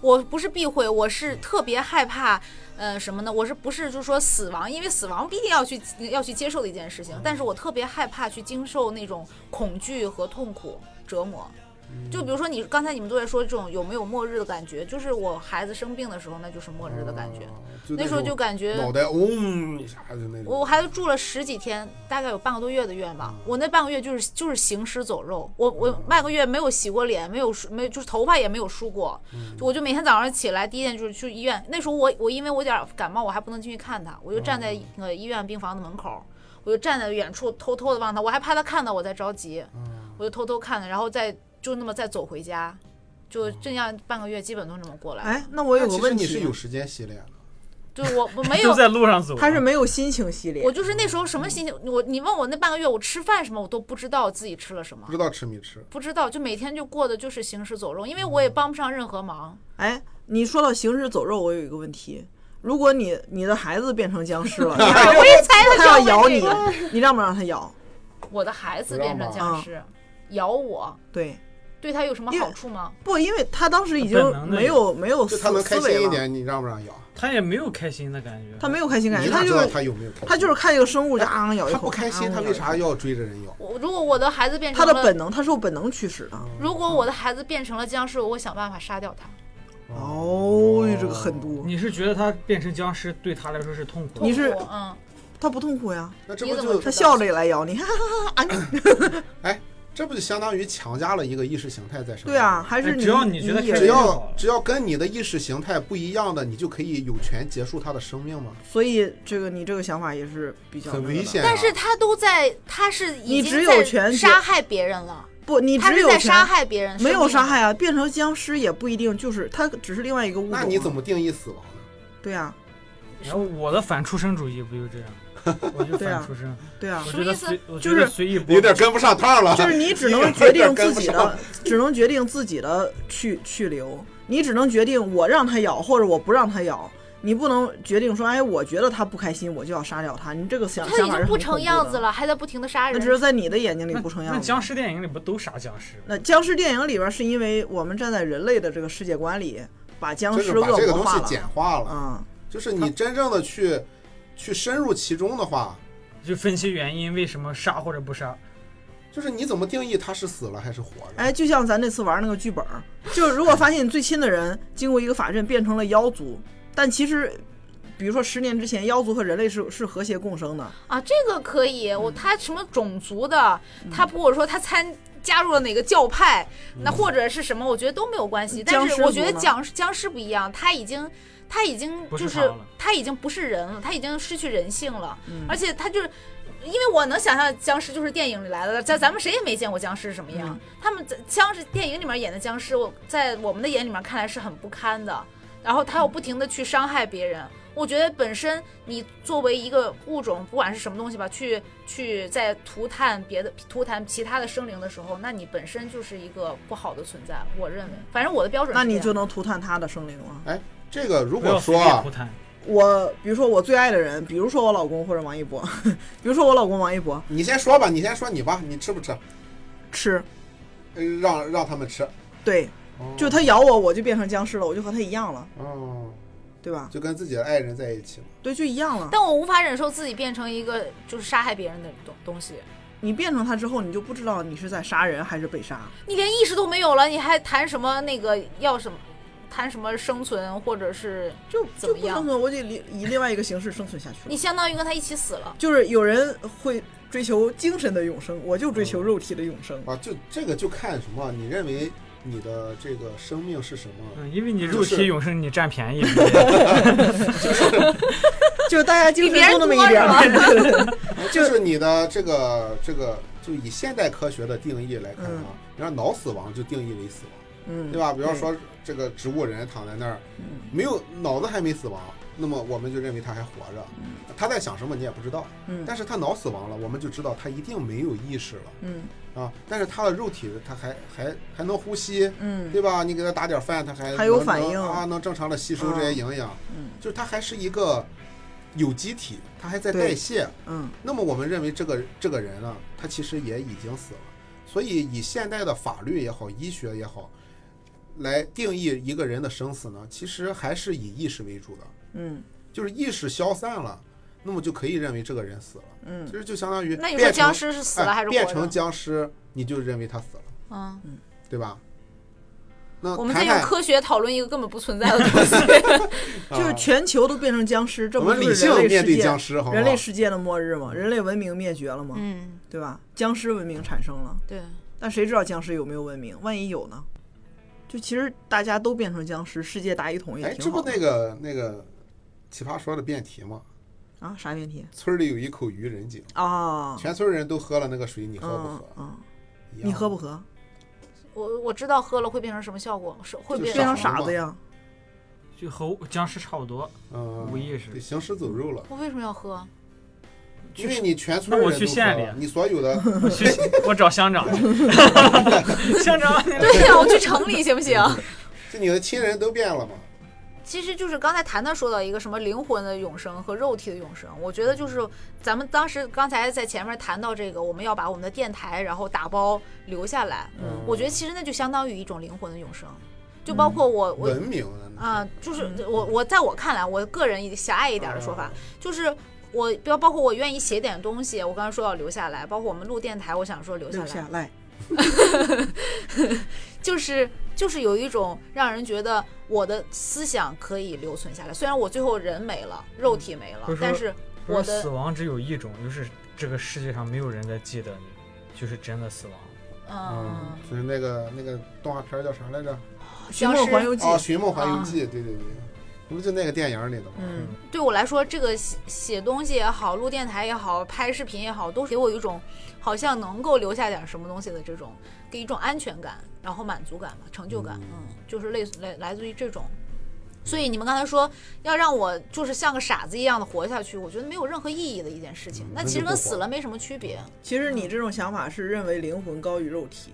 我不是避讳，我是特别害怕，呃，什么呢？我是不是就说死亡？因为死亡必定要去要去接受的一件事情，但是我特别害怕去经受那种恐惧和痛苦折磨。就比如说你刚才你们都在说这种有没有末日的感觉，就是我孩子生病的时候，那就是末日的感觉。
啊
那时候就感觉
那种脑袋嗡一下就那
我
种，
孩子住了十几天，大概有半个多月的院吧。我那半个月就是就是行尸走肉，我我半个月没有洗过脸，没有梳，没有就是头发也没有梳过，就我就每天早上起来第一件就是去医院。那时候我我因为我有点感冒，我还不能进去看他，我就站在那个医院病房的门口，我就站在远处偷偷的望他，我还怕他看到我在着急，
嗯
我就偷偷看他，然后再就那么再走回家，就这样半个月基本都这么过来。
哎，那我有
但
个
其实
问
你是有
题，啊
时间洗脸的，
就我我 没有
就在路上走，
哎他是没有心情系列
我，就是那时候什么心情，我你问我那半个月我吃饭什么，我都不知道自己吃了什么
不，知道吃没吃。
不知道，就每天就过的就是行尸走肉，因为我
嗯
也帮不上任何忙。
哎，你说到行尸走肉，我有一个问题：如果你你的孩子变成僵尸 了，你还要 他要咬你，你让不让他咬？
我的孩子变成
不
让吧
僵尸，咬我，
对，
对他有什么
嗯因为
好处吗？
不，因为他当时已经
本能的
没有没有
就
思
他能开
思维
心一
了，
点，你让不让咬？
他也没有开心的感觉，
他没有开心感
你
觉，
哪
他
知
就
道
是
他有没有开心？
他就是看这个生物就啊咬一
他
口，
不开心，
啊
他为啥？
咬一口
要追着人咬？
我如果我的孩子变
他
成
的
了
本，能，他是有本能驱使的。
哦
如果我的孩子变成了僵尸，我会想办法杀掉他。
哦，这个狠毒，
你是觉得他变成僵尸对他来说是痛苦的？
你是
我嗯，
他不痛苦呀，
那这
你
不
怎么
就
知
他笑着也来咬你， 哈哈
这不就相当于强加了一个意识形态在上面？
对啊，，还
哎
是
只要
你
你觉得
也
开
只
心
要只要跟你的意识形态不一样的，你就可以有权结束他的生命吗？
所以这个你这个想法也是比较
很
那个
危
的。
险、啊。
但是他都在，他是已
你只
经
有
在
权
杀害别人了，
不，你
他
只
是
有
在
权
杀害别人，
没有杀害
啊。
啊，变成僵尸也不一定就是他只是另外一个物种啊。
那你怎么定义死亡呢？
对啊，
然后我的反出生主义不就这样？ 我就
对啊
反出生，
对啊
我，
什
觉
么
得
意思
随，我
就
觉得
是
随意
你
播
有点跟不上趟了。
就是你只
有
能
点
决定
跟
自
不
己
上
的，只能决定自己的去去留，你只能决定我让他咬或者我不让他咬，你不能决定说，哎，我觉得他不开心，我就要杀掉他。你这个想
他
想
已
法是很
经不
恐怖
成
的
样子，了，还在不停的杀
那
人
只。是在你的眼睛里
那
不成
那
样子。
僵尸电影里不都杀僵尸吗？
那僵尸电影里边是因为我们站在人类的这个世界观里，把僵
真
尸
是
恶
把这个东
魔化
西
了。
简化了，
嗯，
就是你真正的去去深入其中的话，
就分析原因，为什么杀或者不杀？
就是你怎么定义他是死了还是活着？
哎，就像咱那次玩那个剧本儿，就如果发现你最亲的人经过一个法阵变成了妖族，但其实，比如说十年之前，妖族和人类是是和谐共生的，
啊，这个可以，我他什么种族的，他或者说他参加入了哪个教派，那或者是什么，我觉得都没有关系。但
僵
是
尸
我
族
觉得
呢
僵尸僵尸不一样，他已经他已经
不
就是是
他了
他已经不是人了，他已经失去人性了，而且他就是。因为我能想象僵尸就是电影里来的，咱咱们谁也没见过僵尸是什么样。他们在僵尸电影里面演的僵尸，我在我们的眼里面看来是很不堪的，然后他又不停的去伤害别人。我觉得本身你作为一个物种，不管是什么东西吧，去去在涂炭别的涂炭其他的生灵的时候，那你本身就是一个不好的存在。我认为，
嗯
反正我的标准是啊
那
这
你
样
就能涂炭他的生灵吗？
哎这个如
不要
果
随
说
便
啊
胡，谈，
我比如说我最爱的人，比如说我老公或者王一博， 比如说我老公王一博
你先说吧，你先说你吧，你吃不吃？
吃，
呃让让他们吃，
对，
哦
就他咬我，我就变成僵尸了，我就和他一样了，
哦，
对吧？
就跟自己的爱人在一起嘛。
对，就一样了。
但我无法忍受自己变成一个就是杀害别人的东东西，
你变成他之后，你就不知道你是在杀人还是被杀。
你连意识都没有了，你还谈什么那个要什么，谈什么生存或者是
就就
怎么
不生
样？
存，我就以以另外一个形式生存下去了
你。相当于跟他一起死了。
就是有人会追求精神的永生，我就追
嗯
求肉体的永生。
啊，就这个就看什么，你认为你的这个生命是什么？
嗯，因为你
就
肉
是
体永生，你占便宜，
就是大家精
比别
神
人
都那么一点
多是
儿。
就是你的这个这个，就以现代科学的定义来看啊，你看脑死亡就定义为死亡，
嗯，
对吧？比方说这个植物人躺在那儿，没有脑子还没死亡，那么我们就认为他还活着，他在想什么你也不知道，
嗯
但是他脑死亡了，我们就知道他一定没有意识了
嗯
啊，但是他的肉体他还还还能呼吸，
嗯，
对吧？你给他打点饭，他还
还有
能
反
能
应
啊，能正常的吸收这些营养，
嗯
就是他还是一个有机体，他还在
对
代谢。
嗯
那么我们认为这个这个人呢，啊他其实也已经死了。所以以现代的法律也好，医学也好，来定义一个人的生死呢，其实还是以意识为主的，
嗯
就是意识消散了，那么就可以认为这个人死了。其
嗯，
实就相当于
那你
变
说
成
僵尸是死了
哎
还是
变
活
成
着？
僵尸，你就认为他死了，
嗯，
对吧？那
我们在
呃谈
用
谈
科学讨论一个根本不存在的东西。
就是
啊
全球都变成僵尸，这
我
不
们理
就是
性
人类
面
世
对
界
僵尸，好不
人类
好？
世界的末日吗？人类文明灭绝了吗？
嗯，
对吧？僵尸文明产生了，
对，
但谁知道僵尸有没有文明？万一有呢？就其实大家都变成僵尸，世界大一统也
哎，
挺
这不
好的、
那个那个奇葩说的辩题吗？
啊？啥问题
村儿里有一口愚人井，
啊？
全村人都喝了那个水，你喝不
嗯
喝？
嗯，
一样
你喝不？喝？
我我知道喝了会变成什么效果，是会
就
变
变成
成
少了
傻
嘛
子呀？
就和僵尸差不多。
嗯，
无意识
对，行尸走肉了。
我为什么要喝？
因为你全村
那我
人
去
都喝
县
了
里啊
你所有的
我去，我找乡长去， 乡长，
对呀、我去城里行不行？
就你的亲人都变了嘛？
其实就是刚才谈谈说到一个什么灵魂的永生和肉体的永生，我觉得就是咱们当时刚才在前面谈到这个，我们要把我们的电台然后打包留下来，
嗯
我觉得其实那就相当于一种灵魂的永生，就包括我、我
文明了呢
啊、就是我我在我看来，我个人狭隘一点的说法，就是我不要包括我愿意写点东西，我刚才说要留下来，包括我们录电台，我想说留
留
下来，
下啊来，
就是就是有一种让人觉得我的思想可以留存下来，虽然我最后人没了，肉体没了，
不是
但
说
是
不
我
是死
的
亡只有一种，就是这个世界上没有人在记得你，就是真的死亡。
嗯，
就是那个那个动画片儿叫啥来着？
《寻
僵
梦环
尸
游记
啊，》《寻梦环游记》。对对对，那不就那个电影里的吗？
嗯，
对我来说，这个写写东西也好，录电台也好，拍视频也好，都给我一种好像能够留下点什么东西的这种，给一种安全感，然后满足感嘛，成就感，嗯，就是类似来来自于这种。所以你们刚才说要让我就是像个傻子一样的活下去，我觉得没有任何意义的一件事情，
嗯
那
那
其实
就
跟
不活
死
了
了没什么区别。
其实你这种想法是认为灵魂高于肉体，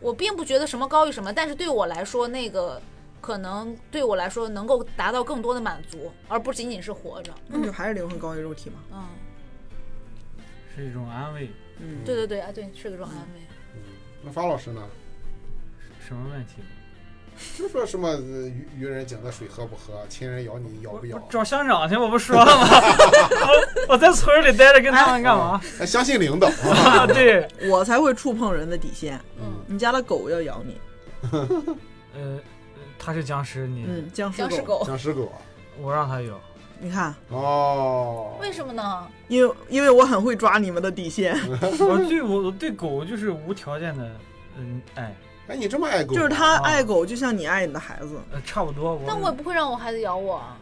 我并不觉得什么高于什么，但是对我来说，那个可能对我来说能够达到更多的满足，而不仅仅是活着。
那就还是灵魂高于肉体嘛？
嗯，
是一种安慰，
嗯，
对对对，啊，对，是个这种安慰。
嗯那方老师呢？
什么问题？
就说什么呃愚愚人井的水喝不喝？亲人咬你咬
我
不咬
我？找乡长去，我不说了吗？ 我我在村儿里待着，跟他们干嘛？
哎相信领导啊！
啊， 对，
我才会触碰人的底线。
嗯，
你家的狗要咬你，
呃，他是僵尸，你
嗯，僵尸
僵尸
狗，
狗，
僵尸狗啊！
我让 他有，
你看，
哦，
为什么呢？
因为因为我很会抓你们的底线，
我啊对我我对狗就是无条件的，嗯，爱，
哎，你这么爱狗，
就是他
啊
爱狗就像你爱你的孩子，
呃，差不多。
但我也不会让我孩子咬我啊。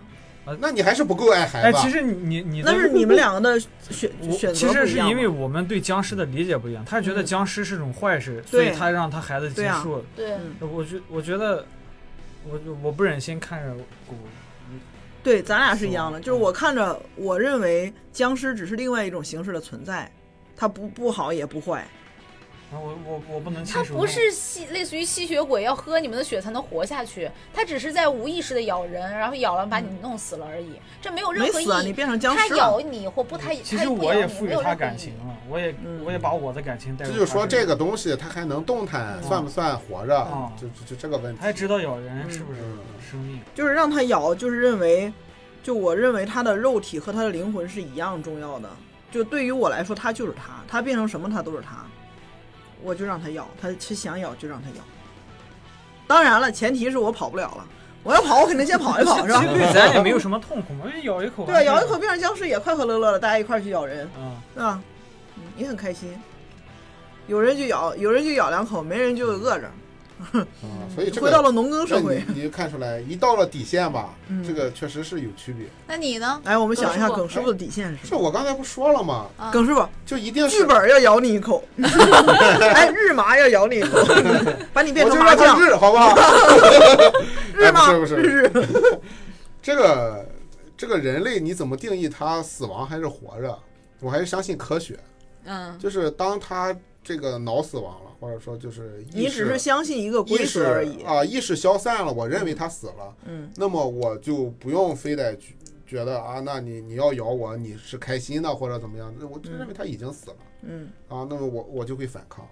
那你还是不够爱孩
哎，
子。啊
其实你你你的
那是你们两个的选
我
选
其
择
实
不一
是
样
因为
嘛。
我们对僵尸的理解不一样，他觉得
嗯
僵尸是种坏事，所以
对啊
他让他孩子接触。
对，
嗯
我觉我觉得，我我不忍心看着狗
对，咱俩是一
嗯
样的，就是我看着，我认为僵尸只是另外一种形式的存在，它不不好也不坏，
然后我我我不能接
它
受。
不是吸，类似于吸血鬼要喝你们的血才能活下去，它只是在无意识的咬人，然后咬完把你弄死了而已，这没有任
没
何意
死啊，你
义。
变成僵
它
尸
咬
了。
你或不它，
其
它
实
不
我
咬
也
你
赋予
没有
它
任何
感
意义
情了，我也
嗯
我也把我的感情带
这
入。
就是说，这个，东西它还能动弹，
嗯
算不算活着
嗯？
就就就这个问题。
哎
他也知道咬人是不是
嗯
生命？
就是让它咬，就是认为，就我认为它的肉体和它的灵魂是一样重要的。就对于我来说，它就是它，它变成什么它都是它，我就让它咬，它是想咬就让它咬。当然了，前提是我跑不了了，我要跑我肯定先跑一跑，是 吧
其？实对咱也没有什么痛苦嘛，因为咬一口。
对啊，咬一口。变成僵尸也快快乐乐了，大家一块儿去咬人，
嗯，
对吧？嗯也很开心。有人就咬，有人就咬两口，没人就饿着，
嗯，所以这
回到
个
了农耕
这
社
你
会。
你就看出来，一到了底线吧
嗯，
这个确实是有区别。
那你呢？
来，我们想一下
耿
耿师傅的底线是
是
什么？
我刚才不说了吗？
啊
耿师傅，
就一定是
剧本要咬你 一口，哎，日麻要咬你一口，把你变
我就
成
让
麻
他
将，
日，好不好？
日麻
哎不是不是
日日，
这个这个人类你怎么定义他死亡还是活着？我还是相信科学，
嗯，
就是当他这个脑死亡了，或者说就是意
你只是
识
相信一个
意
规
识
则而已。
啊、意识消散了，我认为他死了，
嗯，
那么我就不用非得去觉得啊，那你你要咬我，你是开心的或者怎么样？我就
嗯
认为他已经死了、
嗯
啊，那么我我就会反抗，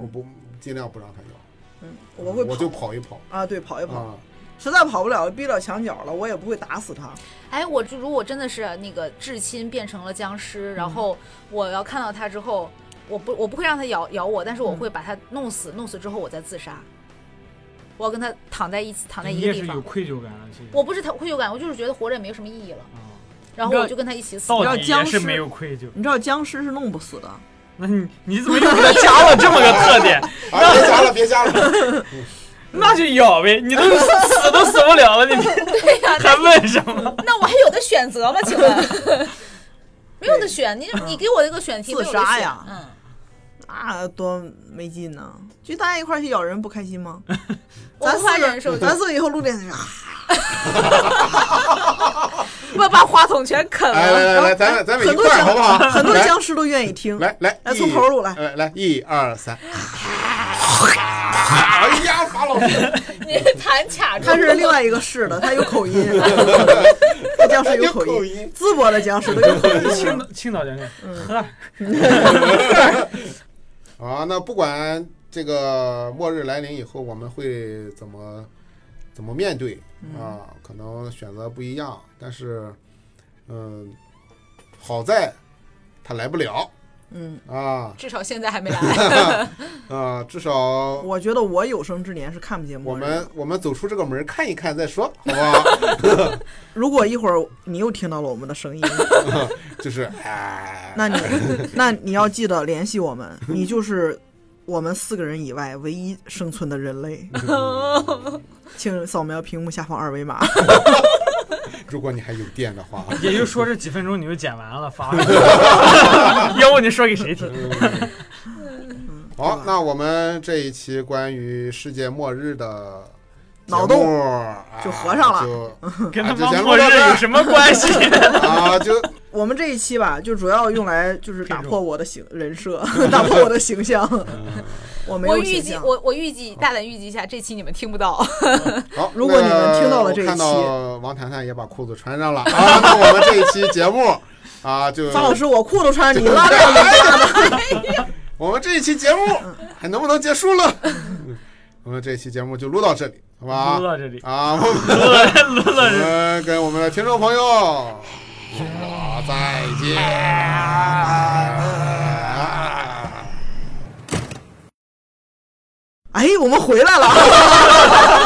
我
嗯
不尽量不让他咬，
嗯，我会
我就
跑
跑一跑
啊，对，跑一跑，
啊，
实在跑不了，逼到墙角了，我也不会打死他。
哎，我就如果真的是那个至亲变成了僵尸，
嗯
然后我要看到他之后，我不我不会让他咬咬我，但
嗯
是我会把他弄死，弄死之后我再自杀。我要跟他躺在一起，躺在
你
一个
也
地
是有
方。
愧疚感的，其实。
我不是他愧疚感，我就是觉得活着也没有什么意义了，
嗯
然后我就跟他一起死。
到
道
底
僵
也
尸
是没有愧疚。
你知道僵尸是弄不死的，
那你你怎么又给他加了这么个特点？
啊，别加了，别加了。
那就咬呗，你都死都死不了了，你还问什么？
那我还有的选择吗？请问，没有的选，你你给我一个选题，
自
没有
杀
得选
呀
嗯，
那多没劲呢！就大家一块儿去咬人，不开心吗？
我
咱
无法
四
忍受
个，嗯
的，
咱四个以后录电视啊，
我把话筒全啃
来哎来
哎
了。
来来，咱们咱们一
很多
块儿
僵
好不好？
很多
来
僵尸都愿意听。
来来
来
一
从头录来
来来一二三。 哎呀，法老师，
你弹卡住
他，是另外一个市的，他有 口音，他僵尸有口
有口
音
音，
淄博的僵尸都有 口音。
青岛青岛将军，喝
啊，那不管这个末日来临以后，我们会怎么怎么面对
嗯
啊？可能选择不一样，但是，嗯，好在他来不了
嗯，
啊
至少现在还没来。
啊，至少
我觉得我有生之年是看不见
我
末日的。
们我们走出这个门看一看再说，好不好？
如果一会儿你又听到了我们的声 音，
就是哎，
那你那你要记得联系我们，你就是我们四个人以外唯一生存的人 类。请扫描屏幕下方二维码。
如果你还有电的话。
也就说这几分钟你就剪完了发了， 要不你说给谁听？
好，那我们这一期关于世界末日的节目
脑洞
啊
就合上了
就
跟
啊
他
就
妈
咱录
末日
到这儿
有什么关 系？
啊， 就
我们这一期吧，就主要用来就是打
这种
破我的形 人设，打破我的形象。
嗯
我没
我
有
预
形
计，
象。
我我预计大胆预计一下，这期你们听不到。
好。
如果你们听到了
那
这一期
我看到王谈谈也把裤子穿上了啊，那我们这一期节目 啊，就
方老师，我裤都穿着你拉链也
我们这一期节目还能不能结束了？ 嗯我们这一期节目就录到这里，好吧
录？到这里，
啊，我们
录到
我们跟我们的听众朋友说再见。
哎，我们回来了。